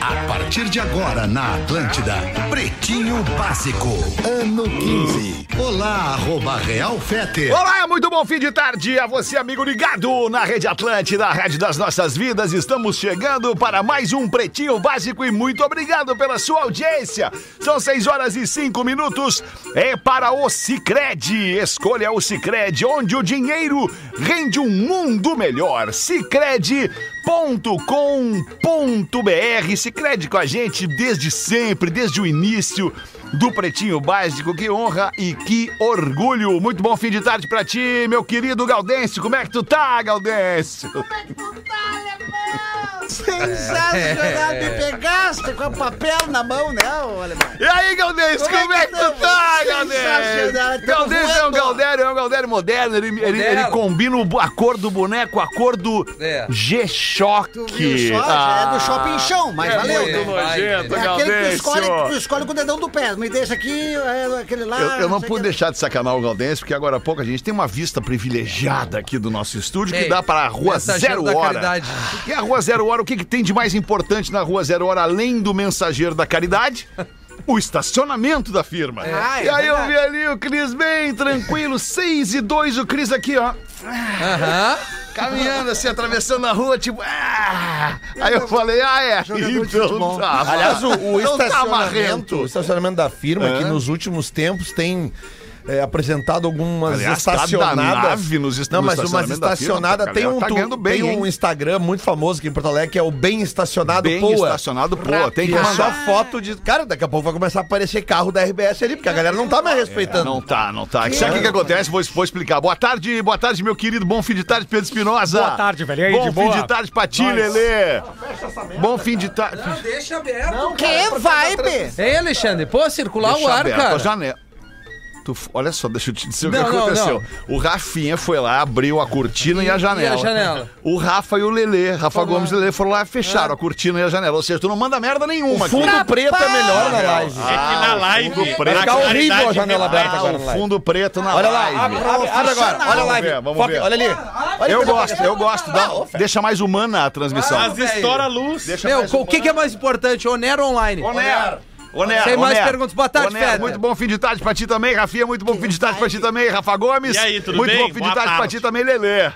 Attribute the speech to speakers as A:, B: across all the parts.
A: A partir de agora na Atlântida, Pretinho Básico, ano 15.
B: Hum.
A: Olá, arroba Real Fete.
C: Olá, muito bom fim de tarde a você, amigo ligado na Rede Atlântida, a Rádio das Nossas Vidas. Estamos chegando para mais um Pretinho Básico e muito obrigado pela sua audiência. São 6 horas e 5 minutos. É para o Cicred. Escolha o Cicred, onde o dinheiro rende um mundo melhor. Cicred.com.br. Cicred com a gente desde sempre, desde o início do Pretinho Básico. Que honra e que orgulho. Muito bom fim de tarde pra ti, meu querido Gaudêncio. Como é que tu tá, Gaudêncio?
D: É.
E: Sensacional, me pegaste com o papel na mão, né, ô alemão?
C: E aí, Gaudêncio, como, é que, tu tá,
E: Sensacional,
C: Gaudêncio?
E: tamo
C: Gaudêncio é um
E: voando.
C: Gaudério, é um Gaudério moderno. Ele, ele-
F: Moderno.
C: ele combina o bu- a cor do boneco, a cor do
F: É.
E: Tu
C: G-Shock.
E: viu só? Já é do shopping chão, mas
C: Ah, É
E: valeu.
C: muito
E: né?
C: nojento,
E: É aquele que tu escolhe, que tu
C: Gaudêncio.
E: escolhe com o dedão do pé. Me deixa aqui, é, aquele lá.
C: Eu, eu
D: Ah,
C: não
E: sei
C: pude
E: que-
C: deixar de sacanar o Gaudêncio, porque agora há pouco a gente tem uma vista privilegiada aqui do nosso estúdio que
F: Ei,
C: dá para a Rua
F: mensageiro
C: Zero
F: da
C: Hora.
F: caridade.
C: E a Rua Zero Hora, o que, que tem de mais importante na Rua Zero Hora, além do mensageiro da caridade? O estacionamento da firma.
E: Ah, é
C: e aí eu
E: verdade.
C: vi ali o Cris bem tranquilo, 6 e 2, o Cris aqui, ó.
F: Aham.
C: Caminhando assim, atravessando a rua, tipo. ah! Aí eu falei, ah, é. Então tá.
D: Aliás, o, o
C: então tá É.
D: estacionamento, o
C: marrento.
D: estacionamento da firma, que nos últimos tempos tem é, apresentado algumas
C: Aliás, tá
D: estacionadas.
C: danave nos est-
D: Não,
C: no
D: mas umas
C: estacionamento da
D: estacionadas.
C: firma,
D: Tem,
C: cara.
D: um,
C: Tá
D: tu-
C: ganhando bem,
D: tem um
C: hein?
D: Instagram muito famoso aqui em Porto Alegre, que é o Bem Estacionado
C: Bem
D: Poa.
C: estacionado, pô. Tem que
D: Que é só
C: mandar.
D: foto de. Cara, daqui a pouco vai começar a aparecer carro da RBS ali, porque a galera não tá mais respeitando.
C: Não tá, não tá. Sabe o que, que acontece? Vou, vou explicar. Boa tarde, boa tarde, meu querido. Bom fim de tarde, Pedro Espinosa.
G: Boa tarde, velho. E aí,
C: Bom
G: de
C: fim
G: boa?
C: de tarde pra ti, Lelê. Bom fim de tarde.
F: Deixa aberto.
E: Que vibe!
F: Ei, Alexandre, pô, circular
C: Deixa
F: o ar,
C: aberto a
F: cara.
C: janela. Tu f- olha só, deixa eu te dizer o
F: Não,
C: que
F: não,
C: aconteceu. O Rafinha foi lá, abriu a cortina e, a janela.
F: e a janela.
C: O Rafa e o Lelê, Rafa Gomes e Lelê foram lá e fecharam a cortina e a janela. Ou seja, tu não manda merda nenhuma.
D: Fundo
C: aqui. Ah,
D: preto é melhor na live.
H: É que na
C: fundo
H: live.
C: preto.
H: na
D: Fica horrível a
H: claridade
D: janela
H: reflete.
D: aberta agora na
C: O
D: live.
C: fundo preto na
D: Olha lá,
C: live.
D: abre, abre, abre agora, olha a live.
C: ver, vamos
D: Foca-
C: ver.
D: Olha ali. Olha
C: Eu
D: que tá
C: gosto,
D: pegando.
C: eu gosto. Dá- deixa mais humana a transmissão.
D: Ah,
H: Mas
F: velho.
H: estoura a luz.
F: Meu, co- o que, que é mais importante, Oner ou online?
C: Oner. Oner,
F: Sem mais
C: Oner.
F: perguntas. Boa tarde,
C: Oner,
F: Feta.
C: é Muito bom fim de tarde pra ti também, Rafinha. Muito bom fim de tarde pra ti também, Rafa Gomes.
H: E aí, tudo
C: muito
H: bem?
C: bom fim
H: Boa
C: de tarde pra
H: tarde.
C: ti também, Lelê.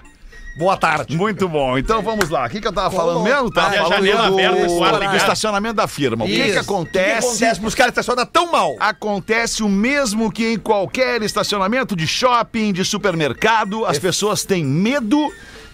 D: Boa tarde.
C: Muito bom. Então vamos lá. O que, que eu tava falando mesmo? Tava
H: E a
C: falando
H: janela
C: do,
H: aberta, o ar
C: do
H: ligado.
C: estacionamento da firma. O que,
F: Isso.
C: que
D: O que
C: acontece?
D: acontece? Os caras estacionam tão mal.
C: Acontece o mesmo que em qualquer estacionamento de shopping, de supermercado. As pessoas têm medo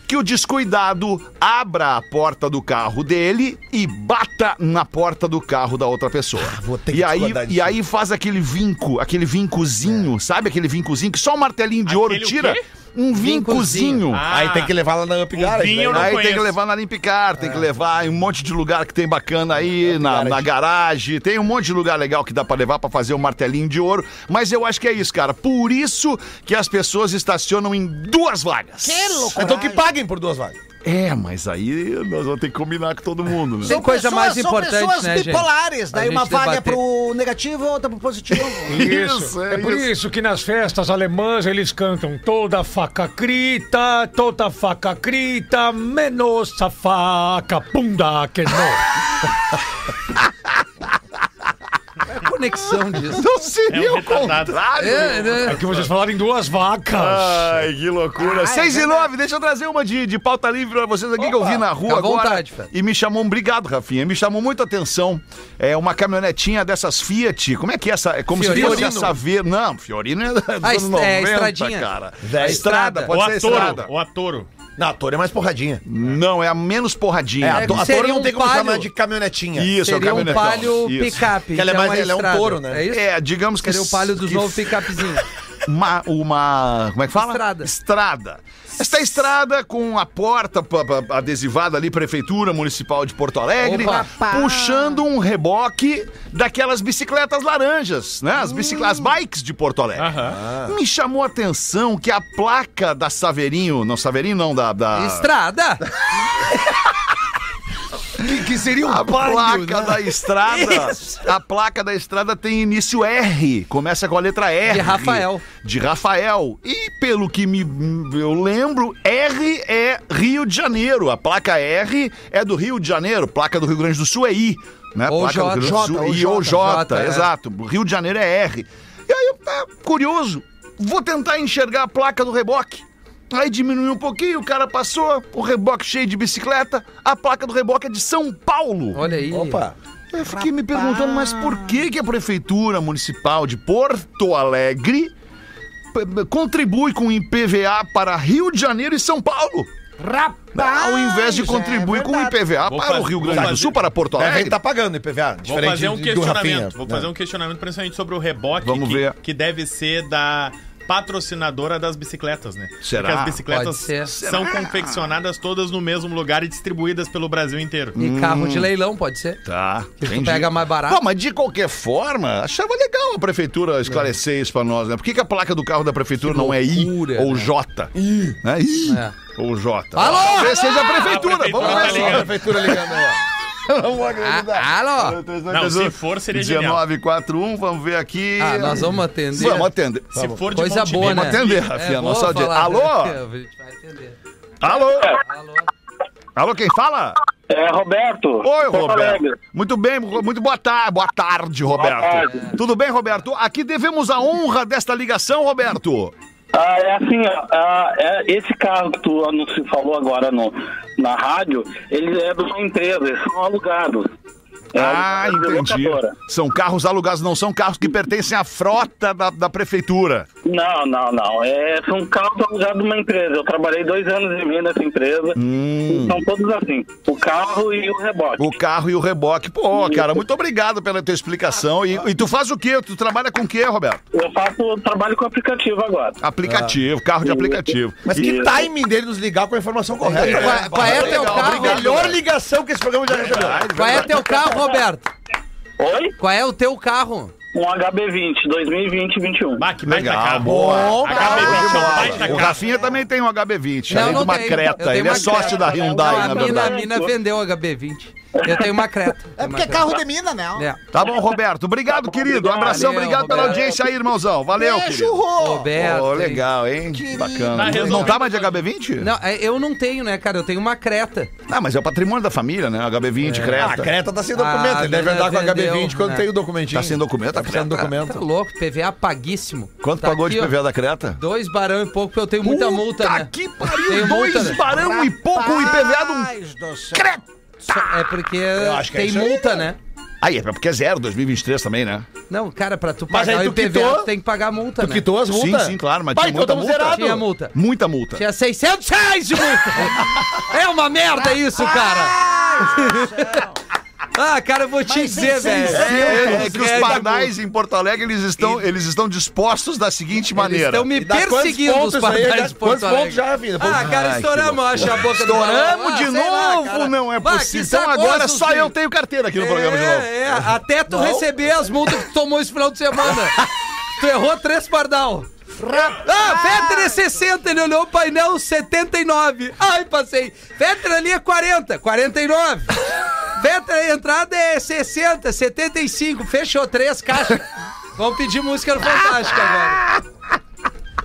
C: que o descuidado abra a porta do carro dele e bata na porta do carro da outra pessoa.
D: Ah, vou ter que
C: e, aí,
D: discordar
C: e
D: disso. É.
C: aí faz aquele vinco, aquele vincozinho, sabe? Aquele vincozinho que só o martelinho de ouro
H: Aquele o
C: tira.
H: quê?
C: Um vincozinho.
D: Vincozinho. Ah,
E: Ah.
D: Aí tem que levar lá na Up Garage,
H: vinho
D: né?
H: não-
C: Aí tem
H: conheço.
C: que levar na Limpicar,
G: É.
C: tem que levar em um monte de lugar que tem bacana aí, na,
D: garagem.
C: na garagem. Tem um monte de lugar legal que dá pra levar pra fazer um martelinho de ouro. Mas eu acho que é isso, cara. Por isso que as pessoas estacionam em duas vagas.
E: Que louco!
D: Então que paguem por duas vagas.
C: É, mas aí nós vamos ter que combinar com todo mundo, né?
F: Tem coisa mais importante,
E: são pessoas
F: né, gente?
E: bipolares.
F: A
E: Daí uma
F: gente
E: vaga é
F: debater.
E: pro negativo, outra pro positivo.
C: Isso,
G: É por isso que nas festas alemãs eles cantam toda faca crita, toda faca crita, menos a faca bunda que não.
F: A conexão disso.
C: Não seria
H: É um
C: o
H: retardado.
C: contrário?
F: É, né?
G: É que vocês falaram em duas vacas.
H: Ah,
C: Ai, que
F: Ah, é
C: loucura. 6 e 9, deixa eu trazer uma de, de pauta livre pra vocês aqui que eu vi na rua
F: Fica à
C: agora.
F: vontade, Fred.
C: e me chamou, obrigado, Rafinha, me chamou muita atenção. É uma caminhonetinha dessas Fiat. Como é que é essa? É como se fosse
F: Fiorino.
C: a Saveiro. Não, Fiorino é dos
F: A
C: anos
F: est-
C: 90,
F: é a estradinha.
C: cara.
D: Velha estrada,
H: O
D: pode ser estrada.
H: atoro. O atoro.
D: Não, a Toro é mais porradinha.
C: Não, é a menos porradinha.
D: É, a, to- a
F: Hum. seria
D: Toro não
F: um
D: tem como
F: palio.
D: chamar de caminhonetinha.
C: Isso, é o
F: Seria um
C: caminhonetão.
F: palio
C: Isso.
F: picape.
D: Que ela é
F: que
D: mais-
F: uma
D: ela é um
F: estrada.
D: touro, né?
F: É isso?
C: É, digamos que
F: Seria o palio dos
C: que
F: novos picapezinhos.
C: uma, uma- Como é que fala?
F: Estrada.
C: Estrada. Esta estrada com a porta pa- pa- adesivada ali, Prefeitura Municipal de Porto Alegre,
F: Opa.
C: puxando um reboque daquelas bicicletas laranjas, né? As, bicicl-
F: Hum.
C: as bikes de Porto Alegre. Me chamou a atenção que a placa da Saverinho, não, Saverinho não, da. da-
F: Estrada!
D: Que, que seria um
C: a
D: bairro,
C: placa
D: né?
C: da estrada. A placa da estrada tem início R. Começa com a letra R.
F: De Rafael.
C: De Rafael. E pelo que me, eu lembro, R é Rio de Janeiro. A placa R é do Rio de Janeiro. Placa do Rio Grande do Sul é I. Né?
F: Ou
C: placa do Rio Grande
F: J,
C: do
F: ou
C: Sul, I ou
F: J,
C: J,
F: é.
C: exato. Rio de Janeiro é R. E aí eu, tá, curioso, vou tentar enxergar a placa do reboque. Aí diminuiu um pouquinho, o cara passou, o reboque cheio de bicicleta, a placa do reboque é de São Paulo.
F: Olha aí.
D: Opa,
C: Eu fiquei me perguntando, mas por que, que a Prefeitura Municipal de Porto Alegre p- p- contribui com o IPVA para Rio de Janeiro e São Paulo?
E: Rapaz!
C: ao invés de
E: é
C: contribuir com o
E: verdade.
C: IPVA
H: Vou
C: para o
H: fazer-
C: Rio
H: vou
C: Grande do
H: fazer-
C: Sul, para Porto
F: É.
D: a gente
C: Alegre?
D: tá pagando IPVA.
H: Vou
D: Diferente
H: fazer um
D: de- né? do Rafinha.
H: questionamento. Vou fazer um questionamento principalmente sobre o reboque
C: Vamos
H: que,
C: ver.
H: que deve ser da patrocinadora das bicicletas, né?
C: Será?
H: Porque as
F: Pode ser.
H: bicicletas são confeccionadas todas no mesmo lugar e distribuídas pelo Brasil inteiro.
F: E carro de leilão, pode ser?
C: Tá,
F: Que tu pega mais barato.
C: Bom, mas de qualquer forma, achava legal a prefeitura
F: É.
C: esclarecer isso pra nós, né? Por que, que a placa do carro da prefeitura não é I
F: loucura,
C: ou
F: né?
C: J? I. Né? I
F: É.
C: ou J.
F: Alô,
C: Talvez seja a prefeitura.
H: A prefeitura
C: Vamos
H: tá
C: ver
H: ligando.
C: só.
D: prefeitura
E: É
D: ligando aí.
C: Vamos
F: Ah, alô?
H: Não, se for, seria genial.
C: 1941, vamos ver aqui.
F: Ah, nós vamos atender.
C: Vamos atender.
H: Se for de
F: Coisa boa,
H: Montenegro,
F: né?
C: Vamos atender, Rafinha,
F: boa
C: nossa audiência.
F: falar, né?
C: Alô?
F: A gente vai atender.
C: Alô?
F: Alô?
C: Alô, quem fala?
I: É, Roberto.
C: Oi,
I: Porto Alegre.
C: Roberto. Muito bem, muito boa tarde. Boa tarde, Roberto.
I: tarde.
C: Tudo bem, Roberto? Aqui devemos a honra desta ligação, Roberto.
I: Ah, é assim, ó, ah, é, esse carro que tu anunci- falou agora no, na rádio, ele é de uma empresa, eles são alugados. É
C: Ah,
I: alugado de
C: entendi.
I: locadora.
C: São carros alugados, não são carros que pertencem à frota da, da prefeitura.
I: Não, não, não. É, são carros alugados de uma empresa. Eu trabalhei dois anos e meio nessa empresa. São todos assim, o carro e o reboque.
C: Hum. O carro e o reboque. Pô, cara, muito obrigado pela tua explicação. E, e tu faz o quê? Tu trabalha com o quê, Roberto?
I: Eu faço trabalho com aplicativo agora.
C: Aplicativo, carro de aplicativo.
D: Mas que
I: Ah. Isso.
D: timing dele nos ligar com a informação correta.
C: É,
D: Qual- qual é teu
C: legal,
D: carro?
C: obrigado,
D: Melhor
C: velho.
D: ligação que esse programa já recebeu.
F: Qual é teu carro, Roberto?
I: Oi?
F: Qual é o teu carro?
I: Um HB20, 2020 21
H: Bah, que baita
C: Legal,
H: carro.
C: boa.
H: A cabeça é um baita
C: O
H: carro.
C: Rafinha também tem um HB20,
F: Não,
C: além
F: não
C: de uma
F: tenho. Eu
C: creta.
F: tenho
C: Ele é
F: uma
C: sócio
F: Creta.
C: da Hyundai, na
F: a, mina, a
C: verdade.
F: mina vendeu o HB20. Eu tenho uma creta.
E: É porque é carro de mina, né?
F: É.
C: Tá bom, Roberto. Obrigado, querido. Um abração,
F: Valeu,
C: obrigado pela
F: Roberto.
C: audiência aí, irmãozão. Valeu,
E: Beijo,
C: querido.
E: Rô.
F: Roberto.
C: Ô,
F: hein?
C: legal, hein? Bacana.
H: Tá
C: Não tá
H: resolvido.
C: mais de HB20?
F: Não, é, eu não tenho, né, cara? Eu tenho uma creta.
C: Ah, mas é o patrimônio da família, né? HB20,
F: É.
D: Ah, a
C: Creta.
D: Creta tá sem documento.
F: Ah,
D: ele deve
F: vendeu,
D: andar com a
F: vendeu,
D: HB20 quando
F: né?
D: tem o documentinho.
C: Tá sem documento, a
D: Tá sem
C: Creta?
F: Tá
D: documento.
F: louco, PVA paguíssimo.
C: Quanto
F: Tá
C: pagou
F: aqui,
C: de
F: ó,
C: PVA da Creta?
F: Dois barão e pouco, porque eu tenho muita multa,
C: Puta
F: né?
C: que
F: Tem
C: pariu,
F: multa,
C: dois
F: né?
C: barão e pouco o IPVA de um...
E: Rapaz do céu.
F: Só- É porque
D: acho que é
F: tem
D: isso aí,
F: multa,
D: né?
F: né?
C: Aí, é porque é zero, 2023 também, né?
F: Não, cara, pra tu
D: Mas
F: pagar
D: aí
F: o
D: tu
F: IPVA,
D: quitou?
F: tu tem que pagar a multa,
D: Tu
F: né?
D: quitou as multas?
C: Sim, sim, claro, mas
D: Pai,
C: tinha muita
D: então
C: multa.
D: tamo zerado.
F: Tinha multa.
C: Muita multa.
F: Tinha 600 reais de multa. é uma merda isso, cara. ah, cara, eu vou te dizer, velho.
C: É, é que os
F: É,
C: pardais em Porto Alegre eles estão, eles estão dispostos da seguinte
F: Eles
C: maneira.
F: estão me
D: E dá quantos
F: perseguindo
D: pontos
F: os
D: isso aí?
F: pardais de
D: Dá
F: Porto
D: quantos
F: Alegre.
D: pontos já, filho?
F: Ah, cara,
C: Ai, que
F: estouramos acho, a boca do
C: Estouramos
F: balão. Ah,
C: de
F: sei lá,
C: novo,
F: cara.
C: não é
F: Bah, que
C: possível. Então
F: sacola,
C: agora só
F: Suzy.
C: eu tenho carteira aqui no programa de novo.
F: É, é, até tu receber as multas que tu tomou esse final de semana. tu errou três pardal. Ah, Fetter é 60, ele olhou o painel 79. Ai, passei. Fetter ali é 40, 49. Fetter, a entrada é 60, 75. Fechou três caixas. Vamos pedir música no Fantástico agora.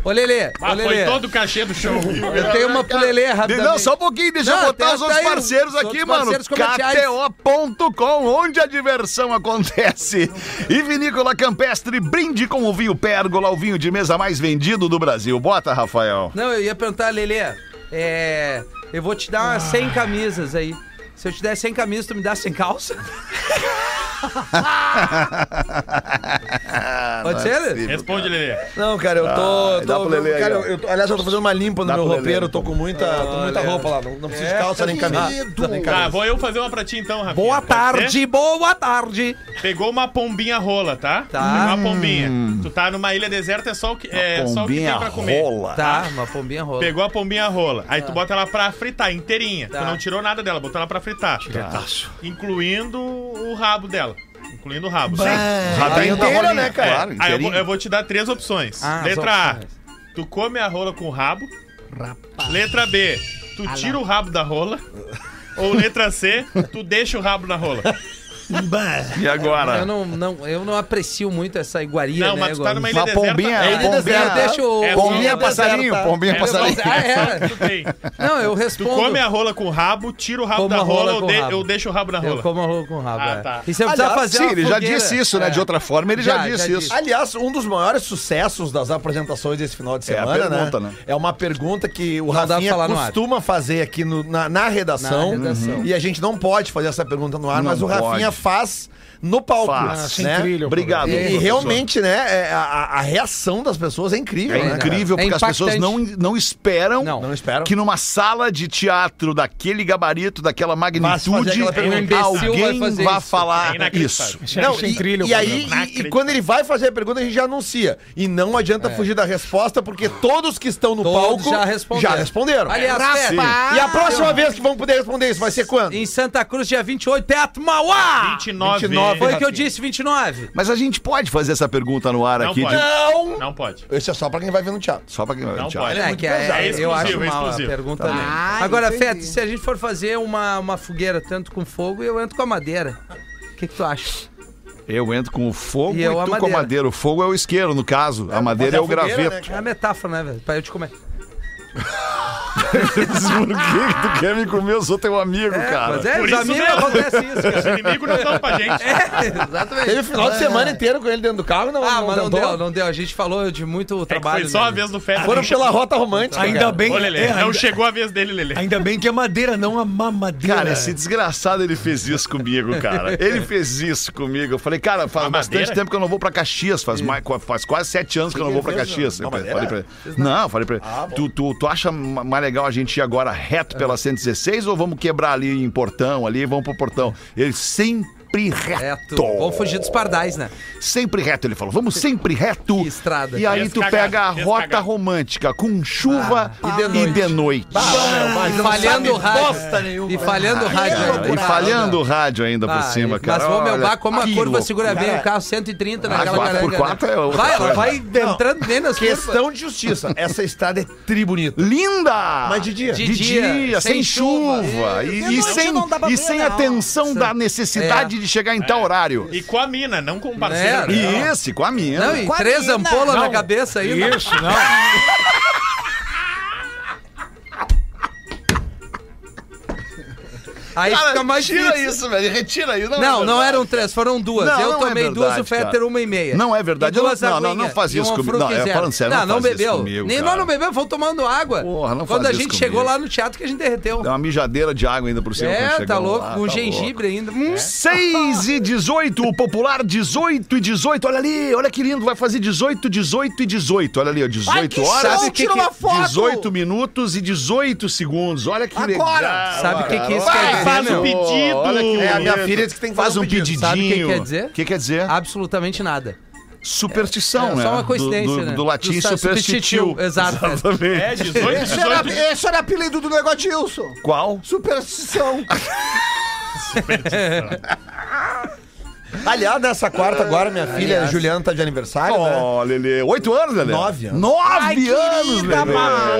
F: Ô, Lelê, ô,
H: Ah, foi
F: Lelê.
H: todo o cachê do show.
F: Eu tenho uma pro Lelê rapidamente.
C: Não, só um pouquinho, deixa
F: Não,
C: eu botar
F: tem-
C: os outros
F: tem os
C: parceiros
F: outros
C: aqui,
F: parceiros comerciais.
C: mano. KTO.com, onde a diversão acontece. E Vinícola Campestre, brinde com o vinho Pérgola, o vinho de mesa mais vendido do Brasil. Bota, Rafael.
F: Não, eu ia perguntar, Lelê, é, eu vou te dar umas 100 camisas aí. Se eu te der 100 camisas, tu me dá 100 calça?
H: é
F: Pode ser?
H: Responde, Lelê.
D: Não, cara, eu tô.
C: Ah, dá
D: tô-
C: pro Lelê
D: cara,
C: aí, ó.
D: eu tô- aliás, eu tô fazendo uma limpa no
C: Dá
D: meu
C: pro Lelê,
D: roupeiro, eu
C: então.
D: tô com muita, tô com muita roupa lá. Não, não preciso
F: É.
D: de calça nem camisa. Nem
H: Tá,
D: camisa.
H: vou eu fazer uma pra ti então, Rafinha.
F: Boa
H: Pode
F: tarde, boa tarde.
H: ser? Pegou uma pombinha rola, tá?
F: Tá.
H: Pegou uma pombinha. Tu tá numa ilha deserta, é só o que, é, só o que tem pra comer.
C: rola.
F: Tá, uma pombinha rola.
H: Pegou a pombinha rola. Aí tu bota ela pra fritar inteirinha.
F: Tá.
H: Tu não tirou nada dela, botou ela pra fritar. Tá. Incluindo o rabo dela. Incluindo o rabo. Tá Sim.
C: Rabinho da
D: inteira,
C: rolinha,
D: né, cara?
C: Claro,
H: Aí Ah, eu
C: inteirinho.
H: vou, eu vou te dar três opções.
F: Ah, as
H: Letra
F: opções.
H: A, tu come a rola com o rabo. Letra B,
F: Ah,
H: tu tira o rabo da rola. Ou letra C, tu deixa o rabo na rola.
C: E agora?
F: Eu não, não, eu não aprecio muito essa iguaria,
H: Não,
F: né?
H: mas tu tá
F: agora?
H: numa ilha
C: Uma
H: deserta.
C: pombinha,
H: é,
F: Ilha
C: pombinha,
F: deserta, deixa o-
H: é
C: pombinha
H: ilha
C: passarinho, pombinha
H: é,
C: passarinho.
H: é, é,
F: Ah, é.
H: tu tem.
F: Não, eu
H: Tu
F: respondo.
H: come a rola com o rabo, tira o rabo
F: Como
H: da
F: a rola
H: rola,
F: com
H: ou de-
F: o rabo.
H: eu deixo o rabo na rola.
F: Eu como a rola com rabo.
H: Ah,
F: é.
H: tá.
F: E você precisa
D: Aliás,
F: fazer
C: Sim,
F: uma
C: ele já
F: fogueira.
C: disse isso, né?
F: É.
C: De outra forma, ele já,
F: Já,
C: disse
F: já
C: isso.
F: disse.
D: Aliás, um dos maiores sucessos das apresentações desse final de
C: É a
D: semana,
C: pergunta,
D: né?
C: né?
D: É uma pergunta que o
F: Não dá pra
D: Rafinha
F: falar no ar.
D: costuma fazer aqui no- na, na redação. Uhum.
F: Na redação.
D: E a gente não pode fazer essa pergunta no ar,
C: Não
D: mas o
C: pode.
D: Rafinha faz no palco.
C: Faz.
D: né?
G: Sem trilha.
C: Obrigado.
D: E, e
C: professor.
D: realmente, né, é, a, a- a reação das pessoas é incrível,
C: É
D: né? cara?
C: incrível,
F: É
C: porque as pessoas
F: impactante.
C: não, não esperam
F: Não.
D: Não esperam.
C: que numa sala de teatro daquele gabarito, daquela
D: fazer
C: magnitude,
D: aquela pergunta.
F: Um imbecil
C: alguém
F: vai fazer
C: vá
F: isso.
C: falar
H: É inacreditável.
C: isso.
G: Isso é
D: Ah, Não,
G: sem
D: e,
G: trilha o
D: e aí,
G: programa.
D: e- e, quando ele vai fazer a pergunta, a gente já anuncia. E não adianta fugir da resposta, porque todos que estão no
F: É. Ah. Todos
D: palco
F: já responderam.
D: já responderam.
F: Aliás, Rafa,
D: e a próxima vez que vão poder responder isso vai ser quando?
F: em Santa Cruz, dia 28, Teatro
D: Ah,
F: Mauá!
H: 29.
D: 29.
F: é Foi o que eu
D: Rafinha.
F: disse, 29.
C: Mas a gente pode fazer essa pergunta no ar
H: Não
C: aqui.
H: pode.
C: de-
D: Não!
H: Não pode.
D: Esse é só pra quem vai ver no teatro.
C: Só pra quem
H: Não
C: Tchau.
H: pode.
F: É, que é,
H: pesado. É
F: eu
H: exclusivo,
F: acho
H: é
F: mal a
H: exclusivo.
F: pergunta.
C: Tá.
F: né?
E: Ah,
F: Agora,
E: entendi.
F: Fete, se a gente for fazer uma, uma fogueira tanto com fogo, eu entro com a madeira. O que, que tu acha?
C: Eu entro com o fogo
F: E
C: e,
F: eu
C: tu com a
F: a madeira.
C: madeira. O fogo é o isqueiro, no caso. a madeira é o
D: fazer a fogueira,
C: graveto.
F: É uma metáfora, né, velho? Pra eu te comer.
C: Por que que tu quer me comer? Eu sou teu amigo, cara.
F: Mas é,
H: Ah, por
F: os
H: isso
F: amigos
H: não.
F: acontece isso,
H: Os
F: cara.
H: inimigos não estão pra gente.
F: É, exatamente.
D: Teve final de semana inteiro com ele dentro do carro, é. não.
F: Ah, mas não
D: tentou?
F: deu, não deu. A gente falou de muito
H: É que
F: trabalho.
H: foi só
F: né?
H: a vez do Feta.
D: Foram pela rota romântica.
G: Ainda bem,
H: Ô, Lelê,
G: é,
H: não
G: ainda,
H: chegou a vez dele, Lelê.
G: ainda bem que é madeira, não a mamadeira.
C: Cara, esse desgraçado ele fez isso comigo, cara. Ele fez isso comigo. Eu falei, cara, faz
H: A
C: bastante
H: madeira?
C: tempo que eu não vou pra Caxias. Faz, mais, faz quase sete anos que eu não vou pra Caxias. Eu falei pra ele. Não, eu falei pra ele. tu, tu, tu acha ma- mais legal a gente ir agora reto pela 116 ou vamos quebrar ali em Portão, ali, vamos pro Portão? Ele sempre reto.
F: É, tu. Vamos fugir dos pardais, né?
C: Sempre reto, ele falou. Vamos sempre reto.
F: Que estrada,
C: E aí tu
H: Descagado,
C: pega a
H: descagado.
C: rota romântica com chuva e de noite.
F: E falhando o
D: bosta
F: rádio.
D: nenhuma.
F: E falhando o rádio.
C: Cara,
F: ainda.
C: e falhando o rádio ainda por
F: né? Ah,
C: cima,
F: e-
C: cara.
F: Mas vou meu
C: Olha,
F: bar, como a
C: que
F: curva
C: loucura. ah,
F: segura bem o carro 130 naquela
C: quatro por
F: galera. né?
C: quatro é outra
F: vai, ela
C: coisa.
F: vai entrando dentro nas curvas.
D: Questão de justiça. Essa estrada é tri bonita.
C: Linda!
D: Mas de dia.
C: De,
F: De
C: dia,
F: dia,
C: sem
F: sem
C: chuva.
F: chuva.
C: E,
E: De
C: e
E: noite
C: sem,
E: não dá pra
C: e
E: ver,
C: sem
E: né?
C: a tensão da necessidade
F: É.
C: de chegar em tal horário.
H: E com a mina, não com o
F: É,
H: parceiro.
C: E
H: né?
C: esse, com a minha.
F: Não, e
E: Com a
F: três
E: mina.
F: ampolas na
G: Não.
F: cabeça ainda.
G: Isso, não.
F: Aí
C: Cara,
F: fica mais
C: tira
F: difícil.
C: isso, velho. Retira isso.
F: Não, não um
C: era
F: eram três, foram duas.
C: Não,
F: eu
C: não é
F: tomei duas,
C: verdade,
F: o Fetter
C: cara.
F: uma e meia.
C: Não é verdade.
F: E
C: Eu não-
F: duas
C: não, não,
F: aguinhas
C: não faz
F: e
C: isso
F: um
C: comigo.
F: fruque
C: Não, é,
F: zero.
C: falando sério,
F: não,
C: não faz isso
F: bebeu.
C: comigo,
F: Nem
C: cara.
F: nós não bebemos, fomos tomando água.
C: Porra, não
F: Quando
C: faz
F: a
C: isso
F: gente
C: comigo.
F: chegou lá no teatro que a gente derreteu.
C: Deu uma mijadeira de água ainda por cima. quando
F: é, tá
C: chegamos
F: louco,
C: lá,
F: com
C: tá louco. É.
F: gengibre ainda.
E: Né?
F: Hum,
C: 6 e 18, o popular 18 e 18. Olha ali, olha que lindo, vai fazer 18, 18 e 18. Olha ali, ó, 18
E: Ai, que
C: horas.
E: show, tira uma foto!
C: 18 minutos e 18 segundos. Olha que legal.
F: Sabe o que, que isso
C: Ah, Vai,
F: quer dizer,
H: faz
F: meu?
H: o pedido.
C: Olha que
D: um É, a minha
C: bonito.
D: filha disse que tem que
C: Faz
D: fazer
C: um
D: um
C: pedidinho.
D: pedido.
F: Sabe o que quer dizer?
C: O que quer dizer?
F: Absolutamente nada.
C: Superstição,
F: É
C: né?
F: só uma
C: Do-
F: coincidência,
C: do,
F: né?
C: do latim
F: Do sa-
C: superstitio.
F: substitutivo, exato.
C: Exatamente.
H: É, 18,
E: Esse era,
H: 18.
E: esse era é, apelido do negócio de Wilson.
C: Qual?
E: Superstição.
D: Aliás, nessa quarta agora, minha filha Juliana tá de aniversário, né?
C: Ó, Lelê. Oito anos, Lelê?
D: Nove anos.
C: Nove anos, Lelê.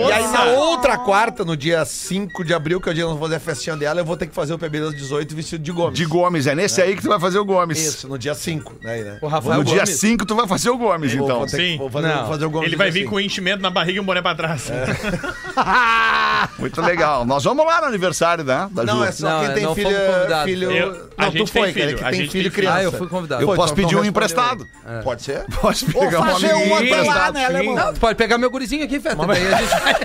D: E aí, na outra quarta, no dia 5 de abril, que é o dia que eu vou fazer a festinha dela, eu vou ter que fazer o PB das 18 vestido de Gomes.
C: De Gomes, é nesse aí que tu vai fazer o Gomes.
D: Isso, no dia 5, né? aí, né?
F: O Rafael
C: No dia
F: Gomes.
C: 5 tu vai fazer o Gomes,
D: Vou-
C: então.
D: vou ter que-
H: sim.
D: vou assim. fazer,
F: Não.
D: vou fazer o Gomes
H: Ele
D: no
H: vai
D: dia
H: vir com
D: cinco.
H: o enchimento na barriga e um boné pra trás.
D: É.
C: Muito legal. Nós vamos lá no aniversário, né? Da
D: Não,
C: Ju.
D: é só
F: Não,
D: quem
F: é,
D: tem
F: não
D: filho.
F: fomos convidados.
D: filho...
H: Eu- a
D: não,
H: gente
D: tu foi,
H: tem
D: cara, é
H: filho,
D: que
H: a
D: tem
H: gente
D: filho
H: tem
D: criança.
F: Ah, eu fui convidado.
C: Eu
D: Pô,
C: posso
D: então
C: pedir
D: não
C: um
D: respondeu
C: emprestado.
H: É.
D: Pode ser?
C: Pode pegar um
E: fazer
C: amigo
E: uma pra lá,
C: emprestado.
E: né, Alemão?
F: Não, tu pode pegar meu gurizinho aqui, Feta. Daí a gente vai.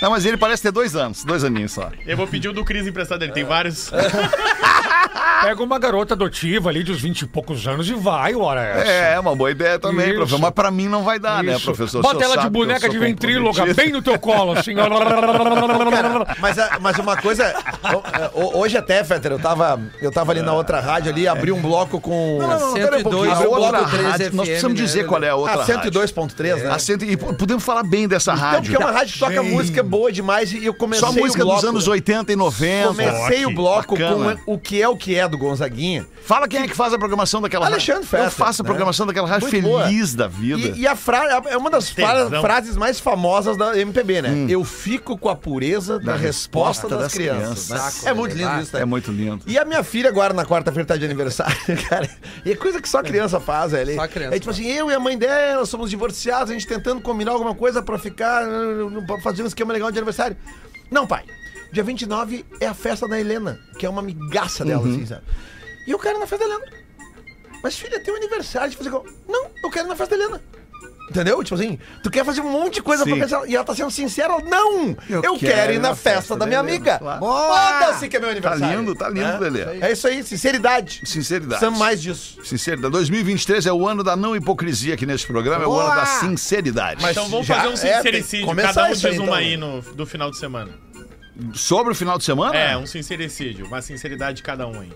C: Não, mas ele parece ter dois anos, dois aninhos só.
D: É,
H: Eu vou pedir o do Cris emprestado dele, tem vários.
G: Pega uma garota adotiva ali de uns 20 e poucos anos e vai, ora essa.
C: É, uma boa ideia também,
G: Isso.
C: professor. Mas pra mim não vai dar, né,
G: Isso.
C: professor? O
G: Bota
C: senhor
G: ela de
C: sabe que eu
G: boneca
C: sou
G: de ventríloca
C: comprometista.
G: bem no teu colo, assim. ó.
D: Mas, a- mas uma coisa. o- o- Hoje até, Fetter, eu tava, eu tava ali na outra rádio ali, abri um bloco com.
C: Não, não, não, pera um pouquinho. A
D: 102,
C: outra
D: bloco 3
C: rádio, nós precisamos dizer
D: né?
C: qual é a outra
D: A 102.3, né?
C: A cento- e po- podemos falar bem dessa
D: Então,
C: rádio.
D: porque é uma rádio que toca
C: Bem.
D: música boa demais e eu comecei
C: Só música
D: o bloco,
C: dos anos 80 e 90.
D: Comecei o bloco
C: Bacana.
D: com o que é o que é do Gonzaguinha.
C: Fala quem é que faz a programação daquela
D: Alexandre Fetter.
C: Eu faço a
D: né?
C: programação daquela rádio
D: Muito boa.
C: feliz da vida.
D: E, e a fra- é uma das fra-
H: Tesão.
D: frases mais famosas da MPB, né? Eu fico com a pureza
C: Hum.
D: da,
C: Da
D: resposta
C: resposta
D: das,
C: das
D: crianças. né?
C: crianças.
D: É muito lindo isso, né?
C: É muito lindo.
D: E a minha filha agora na quarta-feira tá de aniversário, cara. E é coisa que só criança faz, velho.
F: Só criança
D: É tipo assim, eu e a mãe dela somos divorciados, a gente tentando combinar alguma coisa pra ficar, uh, pra fazer um esquema legal de aniversário. Não, pai. Dia 29 é a festa da Helena, que é uma amigaça dela, assim, sabe? E o cara na festa da Helena. Mas filha, tem um aniversário de fazer como? Não, eu quero ir na festa da Helena. Entendeu? Tipo assim, tu quer fazer um monte de coisa pra
C: Sim.
D: pensar. E ela tá sendo sincera, não! Eu, quero, ir na festa, da minha
C: Helena,
D: amiga.
C: claro.
D: Foda-se que é meu
C: Tá
D: aniversário.
C: lindo, tá lindo,
D: Né?
C: Lelê.
D: É isso aí, sinceridade.
C: Sinceridade.
D: Precisamos mais disso.
C: Sinceridade. 2023 é o ano da não hipocrisia aqui neste programa, é o ano da sinceridade.
H: então vamos
D: já
H: fazer um
D: é, tem que
H: sincericídio.
D: começar
H: Cada um diz
D: isso aí,
H: uma
D: então.
H: aí no, do final de semana.
C: Sobre o final de semana?
H: É, um sincericídio. Uma sinceridade de cada um aí.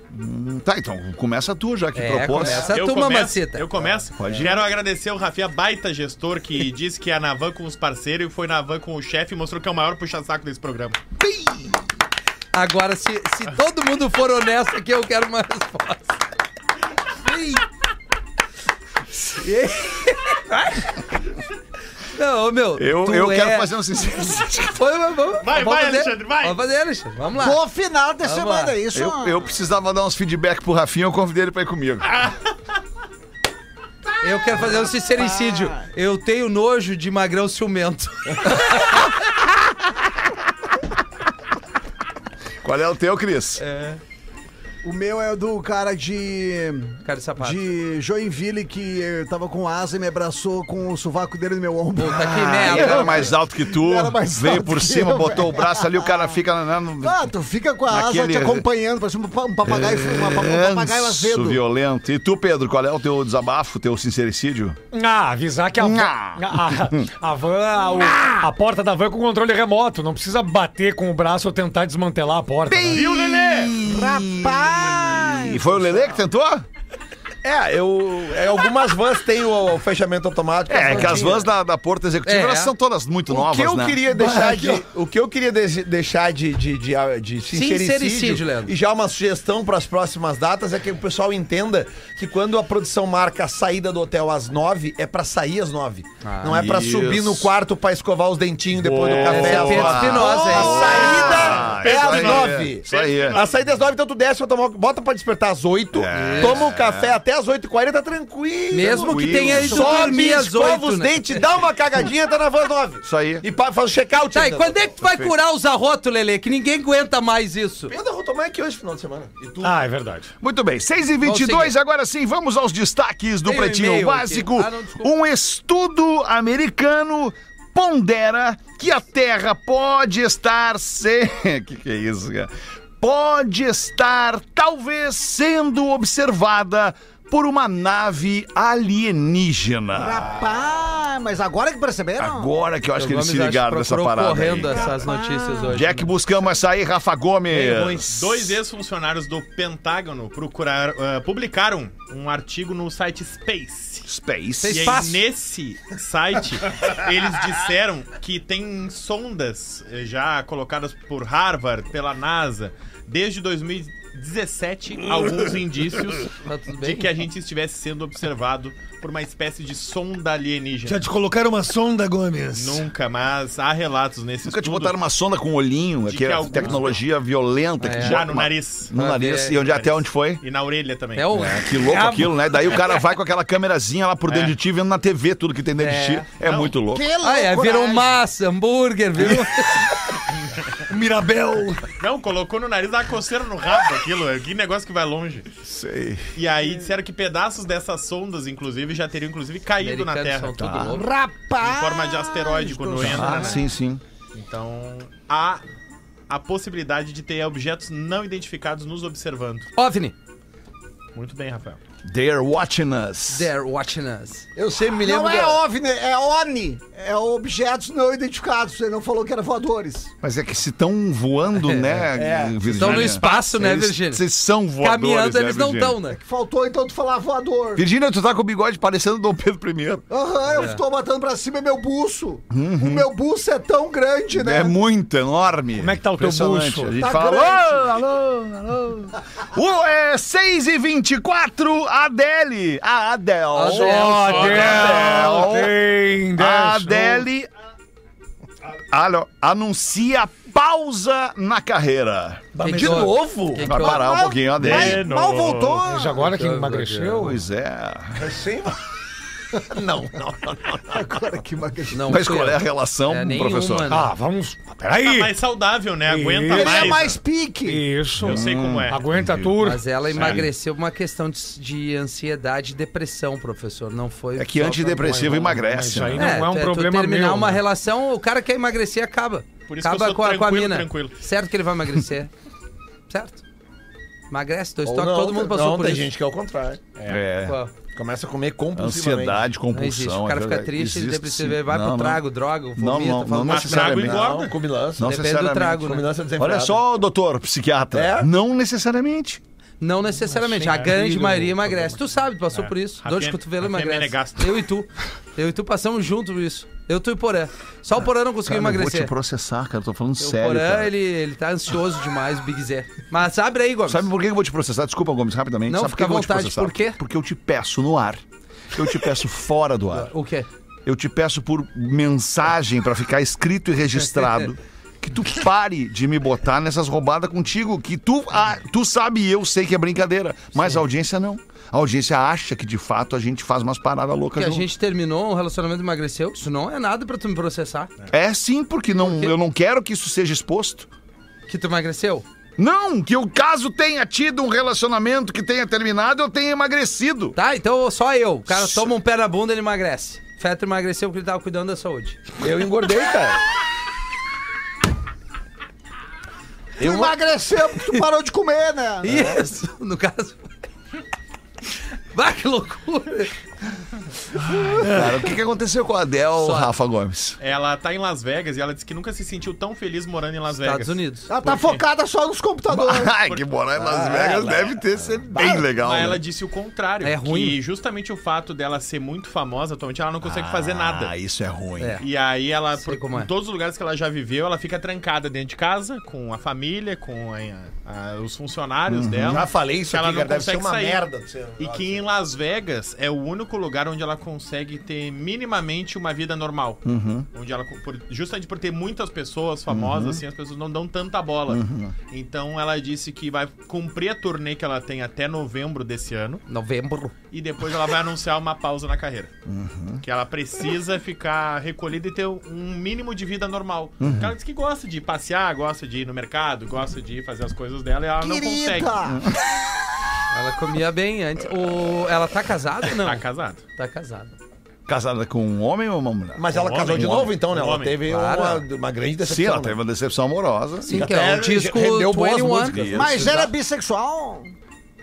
C: Tá, então começa a tua, já que
F: É,
C: propôs.
F: começa. Essa é a tua mamacita.
H: Eu começo.
C: Pode ir.
H: Quero agradecer o Rafinha Baita Gestor, que disse que ia na van com os parceiros e foi na van com o chefe e mostrou que é o maior puxa-saco desse programa.
F: Agora, se, se todo mundo for honesto aqui, eu quero uma resposta. Sim. Não, ô, meu.
C: Eu,
F: tu
C: eu
F: é-
C: quero fazer um sincericídio.
F: Vamos, vamos,
H: Vai,
F: vamos
H: vai,
F: fazer.
H: Alexandre, vai.
F: Vamos fazer, Alexandre. Vamos lá.
E: Bom final de semana,
F: lá.
E: isso.
C: Eu, eu precisava dar uns feedback pro Rafinha, eu convidei ele pra ir comigo.
F: Eu quero fazer um sincericídio. Eu tenho nojo de magrão ciumento.
C: Qual é o teu, Cris?
E: O meu é do cara de.
F: Cara de sapato.
E: De Joinville que eh, tava com asa e me abraçou com o sovaco dele no meu ombro.
C: Tá
F: Puta que
D: Ah.
C: Ele
F: merda.
C: era né? mais alto que tu,
E: Ele era mais
C: veio
E: alto
C: por
E: que
C: cima,
E: eu,
C: botou o braço ali, o cara fica na, no
E: Ah, tu fica com a
C: Naquele-
E: asa te acompanhando, parece um pa- um papagaio, uma pa- um papagaio
C: ranço
E: azedo.
C: violento. E tu, Pedro, qual é o teu desabafo, teu sincericídio?
G: Ah, avisar que a, van-
C: Nha.
G: a, a van, a, o- a porta da van é com controle remoto. Não precisa bater com o braço ou tentar desmantelar a porta. né?
H: Viu, Lelê?
C: E foi o Lelê que tentou?
D: É, eu. é, algumas vans têm o, o fechamento automático.
C: É,
D: não
C: que as
D: tinha.
C: vans da, da Porta Executiva
F: É.
C: elas são todas muito
D: O
C: novas,
D: que eu
C: né?
D: queria deixar de, o que eu queria de- deixar de, de, de, de sincericídio,
F: Sincericídio, Leandro.
D: e já uma sugestão para as próximas datas é que o pessoal entenda que quando a produção marca a saída do hotel às nove é para sair às nove,
F: Ah,
D: não é para
C: isso.
D: subir no quarto para escovar os dentinhos depois do
C: Boa.
D: café. às
F: Esse é Pedro
D: nove.
F: Espinosa,
D: a
F: hein?
D: saída é
C: isso
D: às
C: aí,
D: nove.
C: Isso aí.
D: A saída às nove, então tu desce, pra tomar, bota pra despertar às oito,
C: É.
D: toma um café até às oito e quarenta, tranquilo.
F: Mesmo que tenha ido
D: Sobe,
F: dormir às
D: escova
F: oito,
D: os
F: né?
D: dentes, dá uma cagadinha, tá na van nove.
C: Isso aí.
D: E pa- faz o check-out.
F: Tá, e
D: ainda.
F: quando é que tu vai curar os arrotos, Lelê? Que ninguém aguenta mais isso.
D: Pedro Rotomar aqui hoje, final de semana. E tu?
G: Ah, é verdade.
C: Muito bem, 6 h
F: Vamos
C: 22
F: seguir.
C: agora sim, vamos aos destaques do
F: Tem um
C: Pretinho
F: e-mail aqui.
C: Básico.
F: Ah, não, desculpa.
C: um estudo americano pondera que a Terra pode estar se... que que é isso, cara? Pode estar, talvez, sendo observada por uma nave alienígena.
E: Rapaz, mas agora que perceberam?
C: Agora que eu acho que eles se
F: Gomes, Então, acho,
C: ligaram dessa
F: procurou
C: parada aí.
F: correndo essas notícias hoje.
C: Onde é que buscamos essa aí, Rafa Gomes?
H: Dois ex-funcionários do Pentágono procuraram, ah, publicaram um artigo no site Space. E
C: Space.
H: aí,
F: Espaço.
H: nesse site, eles disseram que tem sondas eh, já colocadas por Harvard, pela NASA, desde 2017, alguns indícios
F: Tá tudo
H: de
F: bem?
H: que a gente estivesse sendo observado por uma espécie de sonda alienígena.
G: te colocaram uma sonda, Gomes.
H: Nunca, mas há relatos nesse
C: Nunca te
H: estudo
C: botaram uma sonda com um olhinho,
H: De que
C: aquela
H: alguns-
C: tecnologia violenta que
F: É.
C: te
H: já
C: bota
H: no
C: uma-
H: nariz.
C: No
F: Pra
C: nariz.
F: ver-
C: E onde até onde foi?
H: E na orelha também.
F: É o...
C: Que louco
F: Cabo.
C: aquilo, né? Daí o cara vai com aquela câmerazinha lá por dentro de ti, vendo na TV tudo que tem dentro de ti. É
H: É. Não.
C: muito louco.
E: Que
F: Ah, é,
E: loucura,
F: virou
E: hein?
F: massa, hambúrguer, virou...
G: Mirabel.
H: Não, colocou no nariz, dá uma coceira no rabo aquilo. é Que negócio que vai longe.
C: Sei.
H: E aí
F: É.
H: disseram que pedaços dessas sondas, inclusive, já teriam inclusive caído na
F: Americanos
H: Terra. Tá.
F: são tudo louco.
E: Rapaz!
F: né?
H: Em forma de asteroide quando entra,
C: Ah,
H: né?
C: sim, sim.
H: Então, há a possibilidade de ter objetos não identificados nos observando.
F: OVNI.
H: Muito bem, Rafael.
C: They're watching us.
F: They're watching us.
D: Eu sempre me lembro.
E: Não é
D: da-
E: OVNI, é ONI. É objetos não identificados. Você não falou que era voadores.
C: Mas é que se estão
F: É,
C: voando, né, Virgínia?
F: Estão no espaço, né,
C: Eles-
F: Virgínia?
C: Vocês são voadores,
F: Caminhando,
C: né,
F: eles não
C: Virgínia?
F: estão, né?
E: Faltou então tu falar voador.
C: Virgínia, tu tá com o bigode parecendo Dom Pedro I.
E: Aham,
H: É.
E: eu estou botando pra cima meu buço.
H: Uhum.
E: O meu buço é tão grande, né?
C: É muito enorme. Como
G: é que tá o teu bucho?
C: A gente
E: Tá
C: fala,
E: grande.
C: alô, alô, alô. O, é 6 e 24 Adele. A Adele.
G: Adel, tem
C: A
G: dez-
C: Adele alô, anuncia pausa na carreira.
F: Quem
D: De
F: que houve?
D: novo?
F: Quem É que
C: Vai
F: houve?
C: parar um pouquinho a Adele.
E: Mas mal voltou.
G: Mas agora que emagreceu.
C: Pois é.
D: Não, não, não.
E: Agora que magnífico.
F: Não,
C: Mas
F: sei.
C: qual é a relação,
F: um É, nenhuma,
C: professor?
F: né?
G: Ah, vamos.
H: Tá
G: Peraí.
H: mais saudável, né? Aguenta
G: Ele é
E: Ele
H: mais.
E: é mais
H: né?
E: pique.
G: Isso.
H: Eu sei como é.
G: Aguenta tudo.
F: Mas ela emagreceu por uma questão de, de ansiedade e depressão, professor. Não foi.
C: É que
F: só
C: antidepressivo emagrece.
G: Mas aí
C: né?
G: não é, um
F: tu- tu
G: problema
F: terminar
G: meu.
F: uma relação, o cara quer emagrecer, acaba.
H: Por isso que
F: acaba
H: eu sou
F: com, a, com a
H: tranquilo,
F: mina.
H: tranquilo.
F: Certo que ele vai emagrecer. certo? Emagrece, dois
D: Ou
F: toques,
D: não,
F: todo mundo passou
D: não,
F: por
D: tem
F: isso.
D: gente que é o contrário.
C: É.
F: Qual?
D: Começa a comer compulsivamente.
C: Ansiedade,
F: Não existe.
C: compulsão.
F: O
C: é
F: cara fica
C: verdade.
F: triste, ele
C: Existe
F: depressivo,
C: sim.
F: vai
C: Não,
F: pro
C: não.
F: trago, droga, vomita,
C: Não, não, não
F: fala mal.
C: necessariamente.
H: Trago engorda.
D: Não, comilança.
C: Não
F: Depende do trago,
C: necessariamente.
F: né?
D: Combinança desenfreada.
C: Olha só, doutor psiquiatra.
D: É?
C: Não necessariamente.
F: Não necessariamente. A grande maioria emagrece. Tu sabe, tu passou por isso. Dor de
H: Rafinha-
F: cotovelo
H: Rafinha
F: emagrece.
H: Menegasto.
F: Eu e tu. Eu e tu passamos junto isso. Eu, tu e Porã. Só o Porã não conseguiu
C: Cara, eu vou te
F: emagrecer.
C: processar, cara. Tô falando
F: O
C: sério.
F: Porã,
C: cara.
F: ele, ele tá ansioso demais, o Big Zé. Mas abre aí, Gomes.
C: Sabe por que eu vou te processar? Desculpa, Gomes, rapidamente.
F: Não,
C: Sabe
F: fica
C: por que eu vou
F: à vontade,
C: te processar?
F: por quê?
C: Porque eu te peço no ar. Eu te peço fora do ar.
F: O quê?
C: Eu te peço por mensagem pra ficar escrito e registrado. Que tu pare de me botar nessas roubadas contigo. Que tu, ah, tu sabe e eu sei que é brincadeira. Mas a audiência não. A audiência acha que de fato a gente faz umas paradas
F: Que
C: loucas
F: a
C: junto.
F: gente terminou, um relacionamento emagreceu. Isso não é nada pra tu me processar.
C: É sim, porque não,
F: quê?
C: eu não quero que isso seja exposto.
F: Que tu emagreceu.
C: Não, que o caso tenha tido um relacionamento que tenha terminado, eu tenha emagrecido.
F: Tá, então só eu. O cara toma um pé na bunda, ele emagrece. Feto emagreceu porque ele tava cuidando da saúde.
D: Eu engordei, cara.
E: Tu emagreceu porque tu parou de comer, né?
C: É.
F: Isso, no caso. Vai, que loucura!
C: Cara, o que, que aconteceu com a Adel Rafa Gomes?
H: Ela tá em Las Vegas e ela disse que nunca se sentiu tão feliz morando em Las Vegas.
F: Estados Unidos.
E: Ela tá focada só nos computadores.
C: Ai, que morar em Las Vegas deve ter sido bem legal.
H: Ah, é Mas
C: né?
H: ela disse o contrário.
F: É ruim.
H: Que justamente o fato dela ser muito famosa atualmente, ela não consegue fazer nada.
C: Ah, isso é ruim.
F: É.
H: E aí ela,
F: Sei
H: por,
F: como é.
H: em todos os lugares que ela já viveu, ela fica trancada dentro de casa, com a família, com a- a- os funcionários dela.
D: Já falei isso
H: Que ela
D: aqui,
H: não
D: cara. Deve ser
H: consegue
D: uma
H: sair.
D: merda. de ser-
H: E que em Las Vegas é o único lugar onde ela consegue ter minimamente uma vida normal. Onde ela, por- justamente por ter muitas pessoas famosas, assim, as pessoas não dão tanta bola. Então ela disse que vai cumprir a turnê que ela tem até novembro desse ano.
F: Novembro.
H: E depois ela vai anunciar uma pausa na carreira. Que ela precisa ficar recolhida e ter um mínimo de vida normal. Porque Ela diz que gosta de passear, gosta de ir no mercado, gosta de fazer as coisas dela e ela não consegue.
E: Querida!
F: Ela comia bem antes. O... Ela tá casada ou não?
H: Tá casada.
F: Tá casada.
C: Casada com um homem ou uma mulher?
D: Mas ela
H: Um
D: casou
H: homem,
D: de
H: um
D: novo,
H: homem,
D: então, né?
H: um
D: Ela
H: homem,
D: teve
F: claro.
D: uma, uma grande
C: Sim,
D: decepção.
C: ela
D: né?
C: teve uma decepção amorosa.
F: Sim,
D: Até
F: que é um
D: re-
F: disco
D: rendeu boas
F: 21.
D: músicas, né?
E: Mas era bissexual?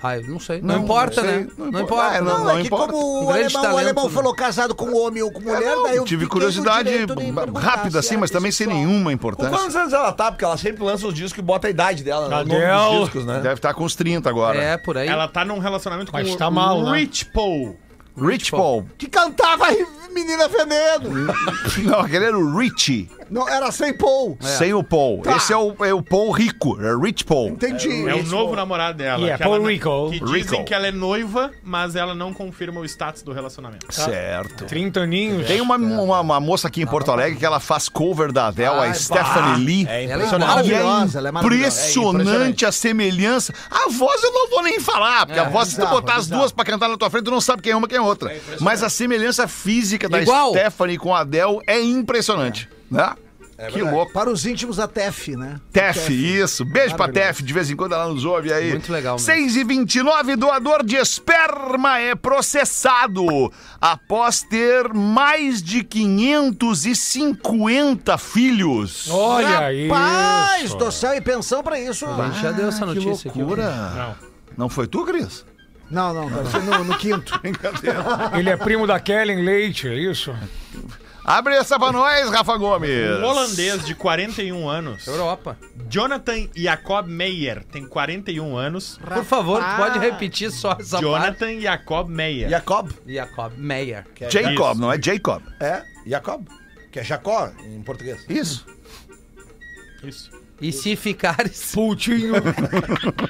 F: Ai, não sei. Não, importa,
C: sei,
F: né? Não, importa.
C: Ah,
F: né?
E: Não,
C: não
E: é que
C: importa.
E: como
F: Um
E: o
F: grande
E: alemão,
F: talento,
E: o alemão
F: né?
E: falou casado com
D: um
E: homem ou com mulher,
C: É, Não,
E: daí eu
C: tive
E: fiquei no
C: curiosidade
E: direito de perguntar
C: rápida
E: se
C: assim,
E: era
C: mas também sem né?
E: bissexual.
C: nenhuma
D: Com
C: importância.
D: quantos anos ela tá? Porque ela sempre lança os discos e bota a idade dela. né? O nome
G: Adele.
D: dos discos, né?
C: Deve estar com uns 30 agora.
F: É, por aí.
H: Ela tá num relacionamento com
G: Mas
H: o
G: tá mal, né?
H: Rich Paul.
C: Rich Paul.
E: Que cantava Menina Veneno.
C: Não, aquele era o Richie,
E: Não, era sem Paul.
D: É.
H: É.
C: sem o Paul. Esse é o, é o Paul rico, é o Rich Paul.
E: Entendi.
H: Tá. É o novo namorado dela.
G: Yeah,
H: que ela
G: Paul
H: não-
G: Rico.
H: Que dizem
C: Rico.
H: que ela é noiva, mas ela não confirma o status do relacionamento.
C: Certo. Tá
G: 30 aninhos.
C: Tem uma, uma, uma moça aqui em Porto Alegre que ela faz cover da Adele, a Stephanie Lee.
D: É
F: Ela é
C: E
D: impressionante.
C: é
E: Maravilhosa, ela é maravilhosa.
C: impressionante a semelhança. A voz eu não vou nem falar, porque a voz, se tu botar as duas pra cantar na tua frente, tu não sabe quem é uma e quem é outra. Mas a semelhança física da
F: Igual.
C: Stephanie com a Adele é impressionante. Né? que louco.
E: Para os íntimos, a TEF, né?
C: Tef, isso. Beijo pra Tef, de vez em quando ela nos ouve aí.
F: Muito legal mesmo.
C: 6 e 29 doador de esperma é processado após ter mais de 550 filhos.
G: Olha aí.
E: Paz do céu e pensão pra isso.
F: Já deu essa notícia aqui.
C: Loucura. Não foi tu, Cris?
E: Não, não, deve ser no, no quinto.
G: Ele é primo da Kellen Leite, é isso?
C: Abre essa pra nós, Rafa Gomes.
H: Um holandês de 41 anos,
F: Europa.
H: Jonathan Jacob Meyer, tem 41 anos.
F: Por favor, tu pode repetir só essa parte.
H: Jonathan Jacob Meyer.
D: Jacob?
F: Jacob Meyer.
C: Jacob,
H: Isso.
C: não é Jacob.
D: É, Jacob. Que é Jacó em português.
C: Isso.
H: Isso.
F: E se ficares
G: Putinho.